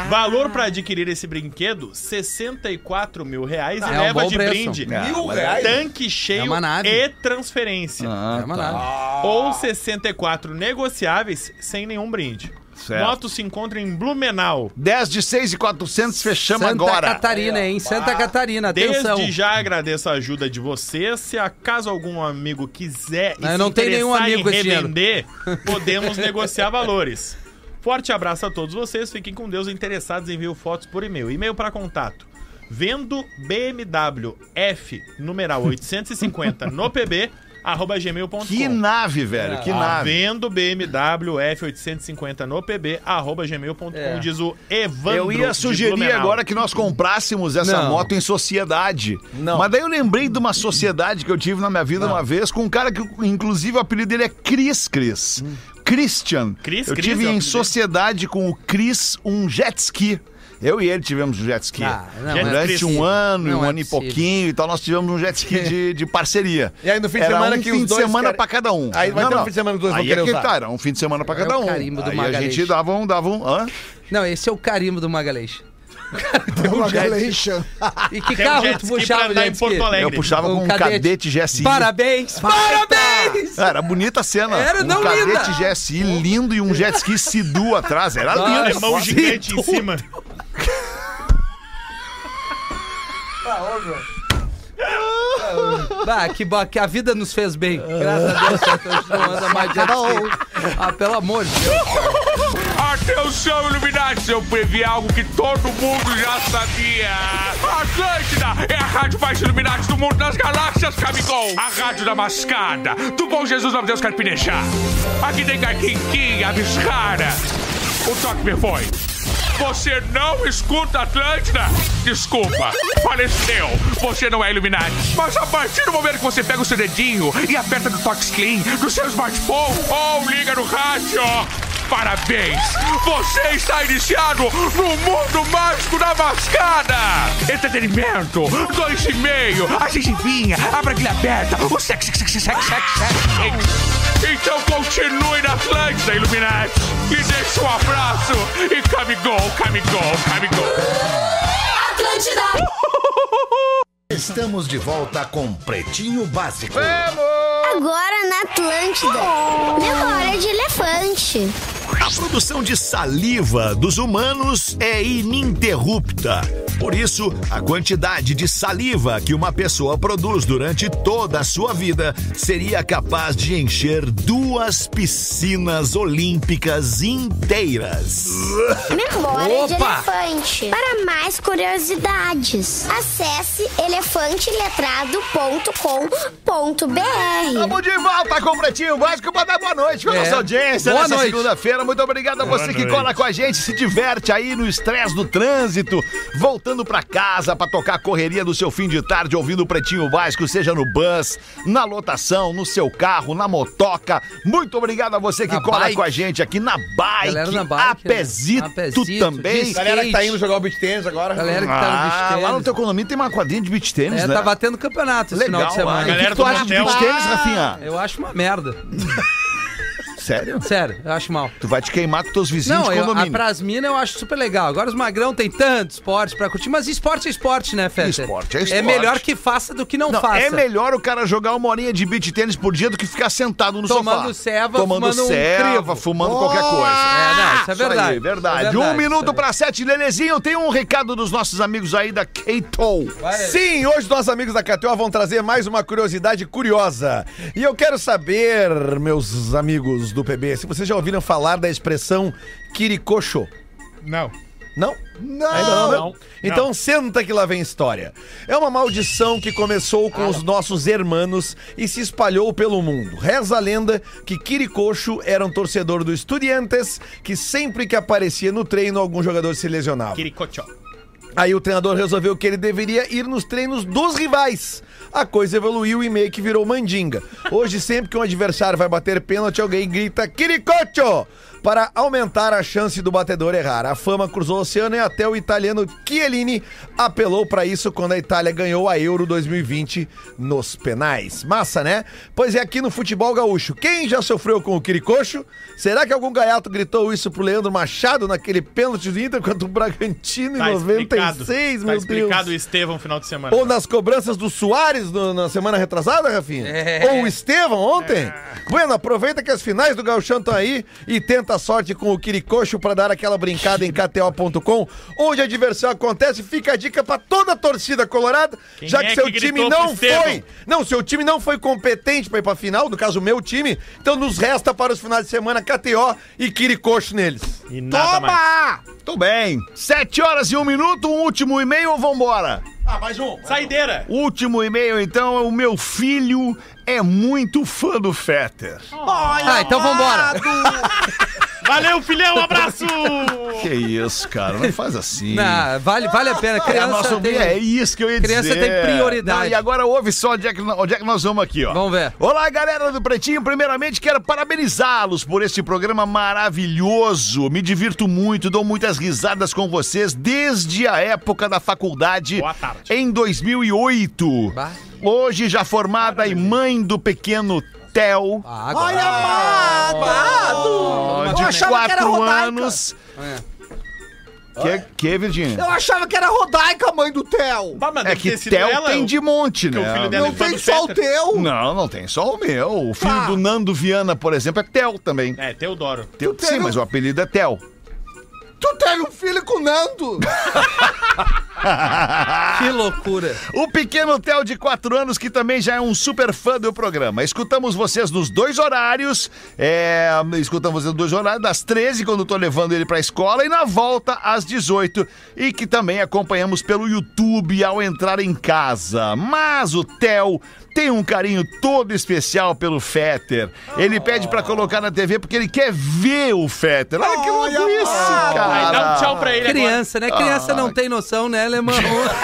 H: Valor pra adquirir esse brinquedo, 64 mil reais.
F: Ah,
H: e
F: é um
H: leva
F: bom
H: de
F: preço.
H: brinde.
C: Mil
H: reais? Tanque cheio
F: É uma nave.
H: e transferência.
F: É uma
H: tá.
F: nave.
H: Ou 64 negociáveis sem nenhum brinde.
C: Certo.
H: Moto se encontra em Blumenau.
C: 10 de 6 e 400, fechamos
F: Santa
C: agora.
F: Catarina, hein? Santa Catarina, atenção.
H: Ah, Desde já agradeço a ajuda de vocês. Se acaso algum amigo quiser e
F: Não, eu
H: se
F: não tenho nenhum
H: interessar
F: amigo com
H: em
F: esse dinheiro.
H: revender, podemos negociar valores. Forte abraço a todos vocês. Fiquem com Deus. Interessados envio fotos por e-mail. E-mail para contato. Vendo BMW F numeral 850 no PB arroba gmail.com.
C: Que nave, velho,
D: Ah,
C: que nave.
H: Tá Vendo BMW F850 no PB, arroba gmail.com,
F: É.
H: diz o Evandro.
C: Eu ia
H: de
C: sugerir
H: Blumenau.
C: agora que nós comprássemos essa
F: Não.
C: moto em sociedade.
D: Não.
C: Mas daí eu lembrei de uma sociedade que eu tive na minha vida uma vez com um cara que, inclusive, o apelido dele é Cris Cris. Christian.
H: Cris
C: eu
H: Cris é o
C: tive em
H: apelido dele?
C: sociedade com o Cris um jet ski. Eu e ele tivemos um jet ski.
F: Ah, não,
H: é
C: Durante
H: possível.
C: um ano,
F: Não
C: um
F: é
C: ano e
F: possível.
C: pouquinho e tal, nós tivemos um jet ski de, de parceria.
D: E aí no fim de
C: Era
D: semana
C: um
D: que
C: fim
D: os
C: de
D: dois
C: semana
D: querem-
C: pra cada um.
D: Aí vai ter um fim de semana que os dois
C: Aí
D: vão
C: é
D: querer
C: que
D: usar.
C: tá, era um fim de semana pra
F: É
C: cada
F: o
C: um.
F: carimbo
C: Aí
F: do
C: a
F: Magalhães.
C: gente dava um, dava um. hã?
F: Não, esse é o carimbo do Magalhães.
B: Uma galeixa.
F: E que
H: um Tem um
F: carro
H: jet
F: tu
H: ski pra
F: puxava
H: andar em
F: jet ski?
H: Porto Alegre. tá.
C: Eu puxava
F: Um
C: com um
F: cadete.
C: cadete, GSI.
F: Parabéns! Parabéns!
C: Ah, Era bonita a cena.
F: Era,
C: um
F: não,
C: cadete
F: linda.
C: GSI lindo e um jet ski Sidu atrás. Era
F: Nossa.
C: lindo.
H: alemão
F: Nossa,
H: gigante em
F: tudo.
H: cima.
F: Bah, que, bo- que a vida nos fez bem. Graças a Deus, Fetter, a gente não anda mais
H: Tá
F: jet ski. Ah, pelo amor de Deus.
G: Atenção, Illuminati! Eu previ algo que todo mundo já sabia! Atlântida é a rádio mais Illuminati do mundo das galáxias, Camigol! A rádio da mascada, do bom Jesus, nome de Deus, Carpinejar! Aqui tem Carquinquim, a biscara! O toque me foi! Você não escuta Atlântida? Desculpa, faleceu. Você não é iluminado. Mas a partir do momento que você pega o seu dedinho e aperta no toque screen do seu smartphone ou liga no rádio, parabéns! Você está iniciado no mundo mágico da mascada! Entretenimento, dois e meio, a gengivinha, a braguilha aberta, o sexo, sexo, sexo, sexo, sexo, sexo. Então continue na Atlântida, Illuminati! E deixe um abraço e camigol, camigol, camigol!
A: Estamos de volta com Pretinho Básico.
E: Agora na Atlântida. Memória É de elefante.
A: A produção de saliva dos humanos é ininterrupta. Por isso, a quantidade de saliva que uma pessoa produz durante toda a sua vida seria capaz de encher duas piscinas olímpicas inteiras.
E: Memória de
F: Opa!
E: elefante. Para mais curiosidades, acesse elefanteletrado.com.br.
C: Estamos de volta com o Pretinho Básico para dar boa noite para
F: É.
C: nossa audiência
F: Boa
C: nessa
F: noite.
C: segunda-feira. Muito obrigado a você que cola com a gente, se diverte aí no estresse do trânsito, voltando para casa para tocar a correria do seu fim de tarde ouvindo o Pretinho Básico, seja no bus, na lotação, no seu carro, na motoca. Muito obrigado a você que
F: Na
C: cola
F: bike.
C: com a gente aqui na bike,
F: Galera na bike,
C: a pezito,
F: né? A pezito,
C: também.
F: disco.
D: Galera que tá
F: Skate.
D: indo jogar o beat tênis agora.
F: Galera que tá no bicho
C: Ah, lá no
F: tênis.
C: teu condomínio tem uma quadrinha de beach tênis,
F: É,
C: né?
F: tá batendo campeonato esse
C: Legal,
F: final de semana.
C: ah, e o que
H: Galera
C: que tu
H: do
C: acha de
H: motel.
C: beach tênis, Rafinha?
F: Eu acho uma merda.
C: Sério?
F: Sério, eu acho mal.
C: Tu vai te queimar com teus vizinhos
F: Não,
C: de
F: eu, a,
C: condomínio.
F: pras minas eu acho super legal. Agora os magrão tem tanto esporte pra curtir, mas esporte é esporte, né, Feta?
C: Esporte é
F: É
C: esporte.
F: melhor que faça do que não,
C: Não,
F: faça.
C: é melhor o cara jogar uma horinha de beat tênis por dia do que ficar sentado no
F: Tomando
C: sofá.
F: ceva,
C: tomando
F: fumando um
C: ceva,
F: crivo.
C: fumando qualquer coisa.
F: É, não, isso é
C: Isso aí,
F: verdade.
C: verdade.
F: É
C: Um
F: isso
C: minuto
F: é
C: pra sete, Lelezinho. Tem um recado dos nossos amigos aí da Keito.
D: É. Sim, hoje nossos amigos da KTO vão trazer mais uma curiosidade curiosa. E eu quero saber, meus amigos do PB, se vocês já ouviram falar da expressão Kirikocho.
H: Não.
D: Não? Não. Ainda não, né? Então senta que lá vem história. É uma maldição que começou com os nossos hermanos e se espalhou pelo mundo. Reza a lenda que Kirikocho era um torcedor do Estudiantes que sempre que aparecia no treino algum jogador se lesionava.
H: Quiricochó.
D: Aí o treinador resolveu que ele deveria ir nos treinos dos rivais. A coisa evoluiu e meio que virou mandinga. Hoje, sempre que um adversário vai bater pênalti, alguém grita Kirikocho! Para aumentar a chance do batedor errar. A fama cruzou o oceano e até o italiano Chiellini apelou para isso quando a Itália ganhou a Euro 2020 nos penais. Massa, né? Pois é, aqui no futebol gaúcho, quem já sofreu com o Kirikocho? Será que algum gaiato gritou isso pro Leandro Machado naquele pênalti do Inter contra o Bragantino em
H: Tá
D: 96, meu
H: explicado. tá
D: Deus.
H: explicado o Estevão final de semana.
D: Ou nas cobranças do Soares no- na semana retrasada, Rafinha?
H: É.
D: Ou o Estevão ontem? Bueno, aproveita que as finais do Gauchão estão aí e tenta a sorte com o Quiricocho pra dar aquela brincada em KTO.com, onde a diversão acontece. Fica a dica pra toda a torcida colorada, já
H: é
D: que seu
H: que gritou
D: time
H: pro
D: não
H: Estevão?
D: foi. Não, seu time não foi competente pra ir pra final, no caso o meu time, então nos resta para os finais de semana KTO e Quiricocho neles.
H: E nada mais.
C: Tudo bem. Sete horas e um minuto, um último e-mail ou vambora?
D: um.
H: Saideira!
C: Último e-mail, então, é o meu filho é muito fã do Fetter.
F: Ah, então vambora.
H: Valeu, filhão, um abraço!
C: Que isso, cara, não faz assim.
F: Não, vale, vale a pena.
C: É, a
F: Criança
C: nossa-
F: tem...
C: é isso que eu ia
F: criança
C: dizer.
F: tem prioridade.
C: Não, e agora ouve só onde é, que, onde é que nós vamos aqui, ó.
F: Vamos ver.
C: Olá, galera do Pretinho. Primeiramente, quero parabenizá-los por este programa maravilhoso. Me divirto muito, dou muitas risadas com vocês desde a época da faculdade
H: Boa tarde.
C: em 2008.
F: Bah.
C: Hoje já formada e mãe do pequeno Theo.
F: Ah, agora. Ah,
C: de quatro anos.
F: É.
C: Que, que, Virgínia?
E: Eu achava que era rodaica, mãe do Theo.
H: Bah, mas
C: É
H: deve
C: que
H: ter sido
C: Theo
H: ela,
C: tem
H: o-
C: de monte, né?
H: que o filho dela é
E: Não
H: fã
E: tem
H: do
E: só o
H: Fetter.
E: teu.
C: Não, não tem só o meu. O filho do Nando Viana, por exemplo, é Tel também.
H: É, Teodoro.
C: Teu- sim, mas o apelido é Tel.
E: Tu teve um filho com o Nando.
F: Que loucura.
C: O pequeno Tel de 4 anos, que também já é um super fã do programa. Escutamos vocês nos dois horários. É, escutamos vocês nos dois horários, das 13, quando eu tô levando ele pra escola, e na volta às 18. E que também acompanhamos pelo YouTube ao entrar em casa. Mas o Tel tem um carinho todo especial pelo Fetter. Ele pede pra colocar na TV porque ele quer ver o Fetter. Olha que louco isso,
H: Aí dá um
C: cara.
H: tchau pra ele agora.
F: Criança, né? Criança
C: Ah.
F: não tem noção, né, alemão?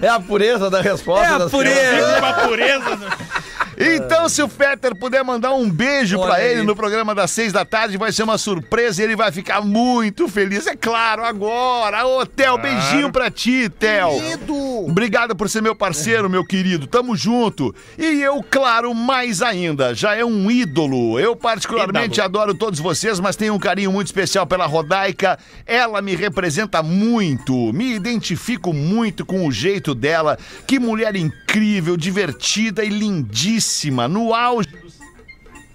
D: É a pureza da resposta.
F: É a
D: das
F: pureza.
H: Fica uma pureza.
C: Tá,
H: né?
C: Então, se o Peter puder mandar um beijo
F: Olha
C: pra ele
F: aí.
C: no programa das seis da tarde, vai ser uma surpresa e ele vai ficar muito feliz. É claro, agora. Ô, Theo, beijinho pra ti, Theo. Obrigado por ser meu parceiro, meu querido. Tamo junto. E eu, claro, mais ainda, já é um ídolo. Eu, particularmente,
H: Ídolo.
C: adoro todos vocês, mas tenho um carinho muito especial pela Rodaica. Ela me representa muito. Me identifico muito com o jeito dela. Que mulher incrível, divertida e lindíssima. No auge.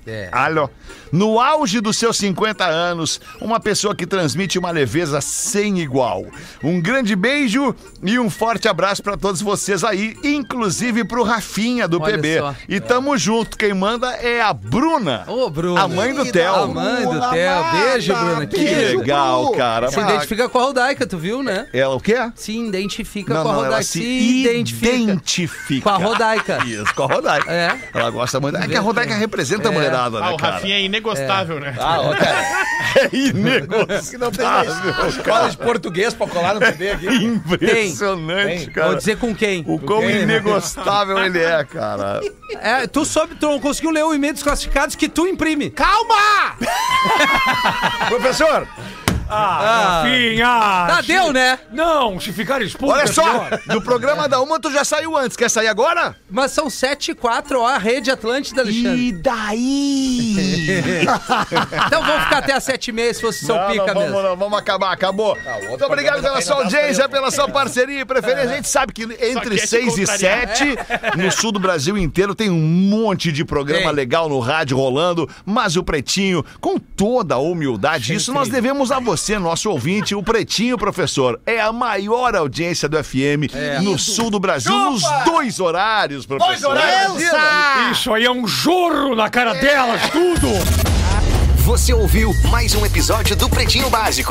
F: É.
C: Alô. No auge dos seus 50 anos, uma pessoa que transmite uma leveza sem igual. Um grande beijo e um forte abraço pra todos vocês aí, inclusive pro Rafinha do
F: Olha
C: PB.
F: só.
C: E tamo junto, quem manda é a Bruna.
F: Ô, Bruno.
C: A mãe do Theo.
F: A mãe do Theo. Beijo, Bruna.
C: Que legal, cara.
F: Se identifica com a Rodaica, tu viu, né?
C: Ela o quê?
F: Se identifica
C: Não,
F: com a
C: não, ela
F: Rodaica.
C: se
F: Se
C: identifica.
F: identifica. Com a Rodaica.
C: Isso, com a Rodaica.
F: É.
C: Ela gosta muito. É que a Rodaica representa a
F: É.
C: mulherada, né,
H: Ah, o
C: cara?
H: Rafinha é inegostável, né?
C: Ah, É inegociável.
D: Não tem mais escola de português pra colar no PB aqui.
C: Impressionante, cara.
F: Vou dizer com quem.
C: O quão inegostável ele é, cara.
F: É, tu soube, tu não conseguiu ler o e-mail dos classificados que tu imprime.
D: Calma! Professor,
G: Rafinha!
F: Ah. Tá, deu, né?
G: Não, se ficar expulso.
C: Olha
G: é
C: só,
G: pior.
C: do programa da uma tu já saiu antes. Quer sair agora?
F: Mas são 7 e 4, ó, a Rede Atlântida, Alexandre.
C: daí?
F: Então vamos ficar até as 7 e meia se vocês são
C: Não,
F: pica
C: não, vamos,
F: mesmo.
C: não, vamos acabar, acabou. Muito obrigado pela sua audiência, pela sua parceria e preferência. A gente sabe que entre
H: quer te
C: 6 e
H: contrariar.
C: 7, no sul do Brasil inteiro, tem um monte de programa
F: Tem.
C: legal no rádio rolando, mas o Pretinho, com toda a humildade, isso nós devemos a você, nosso ouvinte, o Pretinho, professor, é a maior audiência do FM no sul do Brasil, nos dois horários, professor.
D: horários.
C: É.
G: Isso aí é um jorro na cara delas, tudo!
A: Você ouviu mais um episódio do Pretinho Básico.